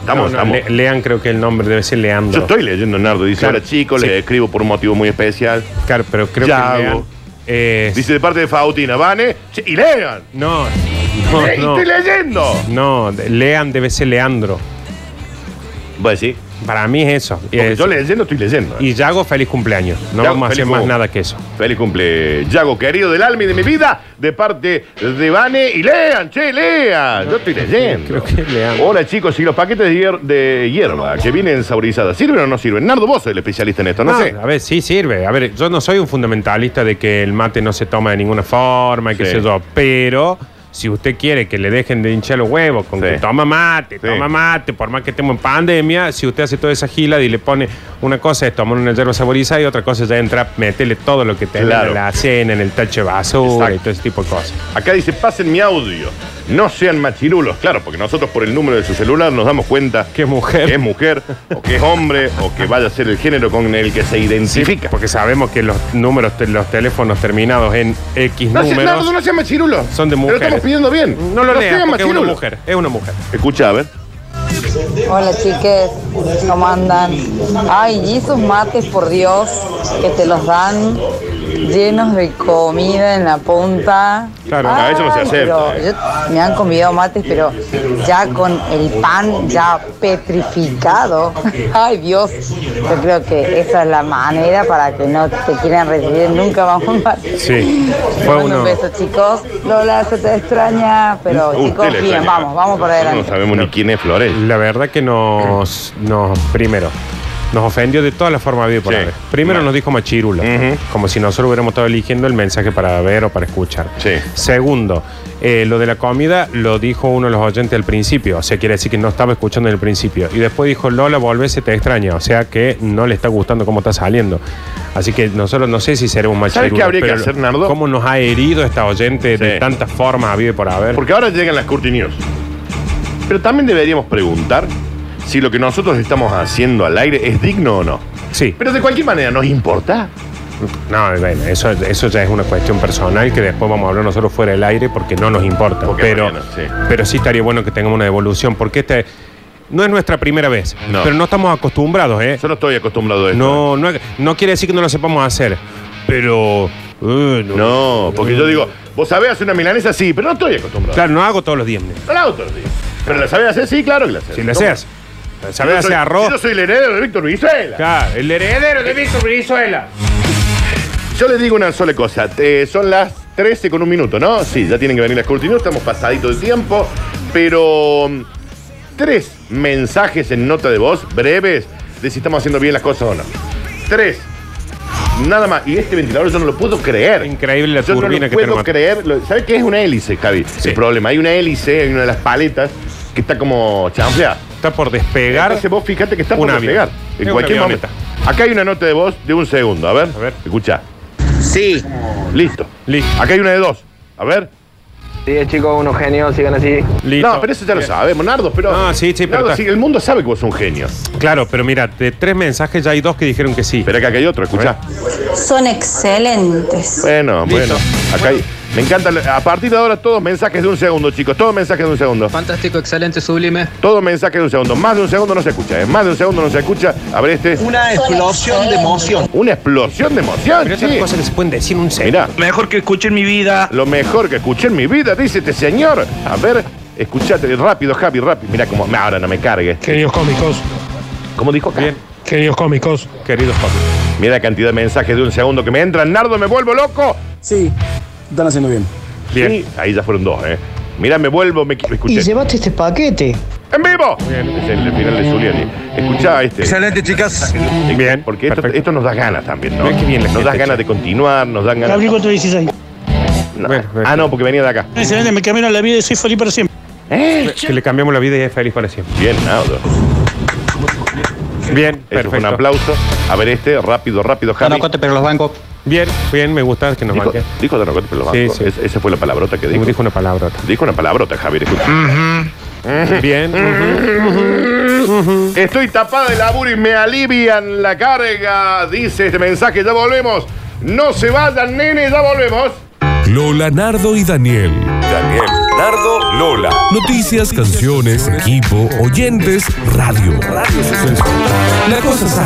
Speaker 2: Estamos,
Speaker 3: No, no,
Speaker 2: estamos.
Speaker 3: Le- Lean, creo que el nombre debe ser Leandro.
Speaker 2: Yo estoy leyendo, Nardo. Dice,
Speaker 3: Claro,
Speaker 2: hola chicos,
Speaker 3: sí.
Speaker 2: les escribo por un motivo muy especial.
Speaker 3: Claro, pero creo
Speaker 2: Yago.
Speaker 3: que Lean es-
Speaker 2: Dice de parte de Faustina, Vane che, y Lean.
Speaker 3: No,
Speaker 2: Eh,
Speaker 3: no, no.
Speaker 2: Estoy leyendo.
Speaker 3: No, de- Lean debe ser Leandro.
Speaker 2: Voy a decir.
Speaker 3: Para mí es eso. Y,
Speaker 2: Porque
Speaker 3: es-
Speaker 2: yo leyendo, estoy leyendo.
Speaker 3: y Yago, feliz cumpleaños. No
Speaker 2: Yago,
Speaker 3: vamos a
Speaker 2: feliz
Speaker 3: hacer más
Speaker 2: cum-
Speaker 3: nada que eso.
Speaker 2: Feliz cumple, Yago, querido del alma y de mi vida, de parte de Vane y Lean, che, Lean. Yo estoy leyendo.
Speaker 3: Creo que es Leandro.
Speaker 2: Hola chicos, y los paquetes de, hier- de hierba que vienen saborizadas, ¿sirven o no sirven? Nardo, vos sos el especialista en esto, Ah, no,
Speaker 3: No,
Speaker 2: sé.
Speaker 3: A ver, sí sirve. A ver, yo no soy un fundamentalista de que el mate no se toma de ninguna forma, y qué
Speaker 2: Sí.
Speaker 3: sé yo, pero si usted quiere que le dejen de hinchar los huevos con
Speaker 2: Sí.
Speaker 3: que toma mate, toma mate, por más que estemos en pandemia, si usted hace toda esa gila y le pone una cosa es tomar una hierba saborizada y otra cosa ya entra, meterle todo lo que tenga
Speaker 2: Claro.
Speaker 3: en la cena, en el tacho de basura y todo ese tipo de cosas.
Speaker 2: Acá dice, pasen mi audio. No sean machirulos, claro, porque nosotros por el número de su celular nos damos cuenta que es mujer, que es mujer o que es hombre o que vaya a ser el género con el que se identifica.
Speaker 3: Porque sabemos que los números, te- los teléfonos terminados en X
Speaker 2: No, sean-
Speaker 3: números
Speaker 2: Nardo, no sean machirulos.
Speaker 3: son de
Speaker 2: Te
Speaker 3: mujeres.
Speaker 2: Lo estamos pidiendo bien.
Speaker 3: No lo
Speaker 2: no
Speaker 3: leas,
Speaker 2: sean
Speaker 3: porque es una
Speaker 2: machirulos.
Speaker 3: mujer. Es una mujer.
Speaker 2: Escucha, a ver.
Speaker 16: Hola chiques, ¿cómo andan? Ay, y esos mates, por Dios, que te los dan llenos de comida en la punta.
Speaker 2: Claro, a eso no se
Speaker 16: Ay,
Speaker 2: acepta,
Speaker 16: Ah, pero yo- me han convidado mates, pero ya con el pan ya petrificado. Ay, Dios, yo creo que esa es la manera para que no te quieran recibir nunca más un mate.
Speaker 3: Sí.
Speaker 16: Te
Speaker 3: Fue
Speaker 16: mando
Speaker 3: uno.
Speaker 16: Un beso, chicos. Lola, se te extraña, pero
Speaker 2: Uh, Usted
Speaker 16: chicos,
Speaker 2: le
Speaker 16: bien,
Speaker 2: extraña.
Speaker 16: vamos, vamos para adelante.
Speaker 2: sabemos ni quién es Flores.
Speaker 3: La verdad que nos, nos primero, nos ofendió de todas las formas de por
Speaker 2: Sí.
Speaker 3: haber. Primero nos dijo machirula, como si nosotros hubiéramos estado eligiendo el mensaje para ver o para escuchar. Segundo, eh, lo de la comida lo dijo uno de los oyentes al principio, o sea, quiere decir que no estaba escuchando en el principio. Y después dijo, Lola, volvés, se te extraña, o sea que no le está gustando cómo está saliendo. Así que nosotros no sé si seremos machirulos.
Speaker 2: ¿Sabes qué habría que
Speaker 3: pero
Speaker 2: hacer, Nardo?
Speaker 3: ¿Cómo nos ha herido esta oyente de tantas formas a vive por haber?
Speaker 2: Porque ahora llegan las Curti News. Pero también deberíamos preguntar si lo que nosotros estamos haciendo al aire es digno o no.
Speaker 3: Sí.
Speaker 2: Pero de cualquier manera, nos importa.
Speaker 3: No, bueno, eso, eso ya es una cuestión personal que después vamos a hablar nosotros fuera del aire porque no nos importa. pero, pero sí estaría bueno que tengamos una devolución porque este no es nuestra primera vez,
Speaker 2: No.
Speaker 3: pero no estamos acostumbrados, ¿eh?
Speaker 2: Yo no estoy acostumbrado a esto.
Speaker 3: No, no, no quiere decir que no lo sepamos hacer, pero... eh, no.
Speaker 2: porque yo digo, vos sabés hacer una milanesa, sí, pero no estoy acostumbrado.
Speaker 3: Claro, no hago todos los días.
Speaker 2: No la hago todos los días. Pero la sabés hacer, sí, claro que la sé.
Speaker 3: Si le seas. Sabés hacer arroz.
Speaker 2: Yo soy el heredero de Víctor Brizuela.
Speaker 3: Claro, el heredero de Víctor Brizuela.
Speaker 2: Yo les digo una sola cosa. eh, son las 13 con un minuto, ¿no? Sí, ya tienen que venir las Curti News, estamos pasaditos de tiempo, pero mm, tres mensajes en nota de voz, breves, de si estamos haciendo bien las cosas o no. Tres. Nada más. Y este ventilador yo no lo puedo creer.
Speaker 3: Increíble la
Speaker 2: yo no
Speaker 3: turbina
Speaker 2: lo
Speaker 3: que
Speaker 2: puedo
Speaker 3: tenemos.
Speaker 2: creer. Lo- ¿Sabes qué es una hélice, Javi? El problema. Hay una hélice en una de las paletas que está como chanfleada.
Speaker 3: Está por despegar.
Speaker 2: Entonces vos fíjate que está
Speaker 3: un
Speaker 2: por
Speaker 3: avión.
Speaker 2: despegar.
Speaker 3: Es
Speaker 2: En
Speaker 3: una
Speaker 2: cualquier
Speaker 3: avioneta.
Speaker 2: momento. Acá hay una nota de voz de un segundo. A ver. A ver. Escucha.
Speaker 17: Sí.
Speaker 2: Listo. Acá hay una de dos. A ver.
Speaker 17: Sí, chicos, unos genios, sigan así.
Speaker 2: No, pero eso ya lo sabemos, Nardo, pero.
Speaker 3: No, sí, sí, pero
Speaker 2: Nardo,
Speaker 3: está-
Speaker 2: sí, el mundo sabe que vos sos un genio.
Speaker 3: Claro, pero mira, de tres mensajes ya hay dos que dijeron que sí.
Speaker 2: Pero acá hay otro, escucha.
Speaker 18: Son excelentes.
Speaker 2: Bueno, bueno. Acá hay. Me encanta. A partir de ahora, todos mensajes de un segundo, chicos. Todos mensajes de un segundo.
Speaker 17: Fantástico, excelente, sublime.
Speaker 2: Todos mensajes de un segundo. Más de un segundo no se escucha. Es más de un segundo no se escucha. A ver este.
Speaker 17: Una explosión de emoción.
Speaker 2: Una explosión de emoción.
Speaker 17: Pero esas cosas
Speaker 3: que se pueden decir en un
Speaker 2: segundo.
Speaker 17: Mejor que escuché en mi vida.
Speaker 2: Lo mejor que escuché en mi vida, dice este señor. A ver, escuchate rápido, Javi, rápido. Mira cómo. Ahora no me cargue.
Speaker 19: Queridos cómicos.
Speaker 2: ¿Cómo dijo acá?
Speaker 19: Queridos cómicos.
Speaker 3: Queridos cómicos.
Speaker 2: Mira la cantidad de mensajes de un segundo que me entran. Nardo, me vuelvo loco.
Speaker 19: Sí, están haciendo bien.
Speaker 2: Bien. ahí ya fueron dos, ¿eh? Mira, me vuelvo, me qui- escuché.
Speaker 19: llevaste este paquete.
Speaker 2: ¡En vivo! Bien, es el final de Zuliani. Escuchá este. Excelente, chicas. Bien. Porque esto, esto nos da ganas también, ¿no?
Speaker 19: Mirá qué bien la
Speaker 2: nos
Speaker 19: gente,
Speaker 2: da ganas de continuar, nos dan ganas.
Speaker 19: Gabriel 416.
Speaker 2: No. Ah, no, porque venía de acá.
Speaker 19: Excelente, me cambiaron la vida y soy feliz para siempre.
Speaker 3: Que le cambiamos la vida y es feliz para siempre.
Speaker 2: Bien, Nardo.
Speaker 3: Bien,
Speaker 2: Eso fue un
Speaker 3: perfecto.
Speaker 2: aplauso. A ver este, rápido, rápido, Javi. Tanacote,
Speaker 17: pero los bancos.
Speaker 3: Bien, bien, me gusta que nos
Speaker 2: Dijo,
Speaker 3: banquen.
Speaker 2: dijo Tanacote, pero los
Speaker 3: Sí,
Speaker 2: bancos.
Speaker 3: sí.
Speaker 2: Es- esa fue la palabrota que dijo.
Speaker 3: Dijo una palabrota.
Speaker 2: Dijo una palabrota, Javier. escucha.
Speaker 3: Bien.
Speaker 2: Estoy tapada de laburo y me alivian la carga, dice este mensaje. Ya volvemos. No se vayan, nene, ya volvemos.
Speaker 1: Lola, Nardo y Daniel. Daniel, Nardo, Lola. Noticias, canciones, equipo, oyentes, radio. La cosa sana.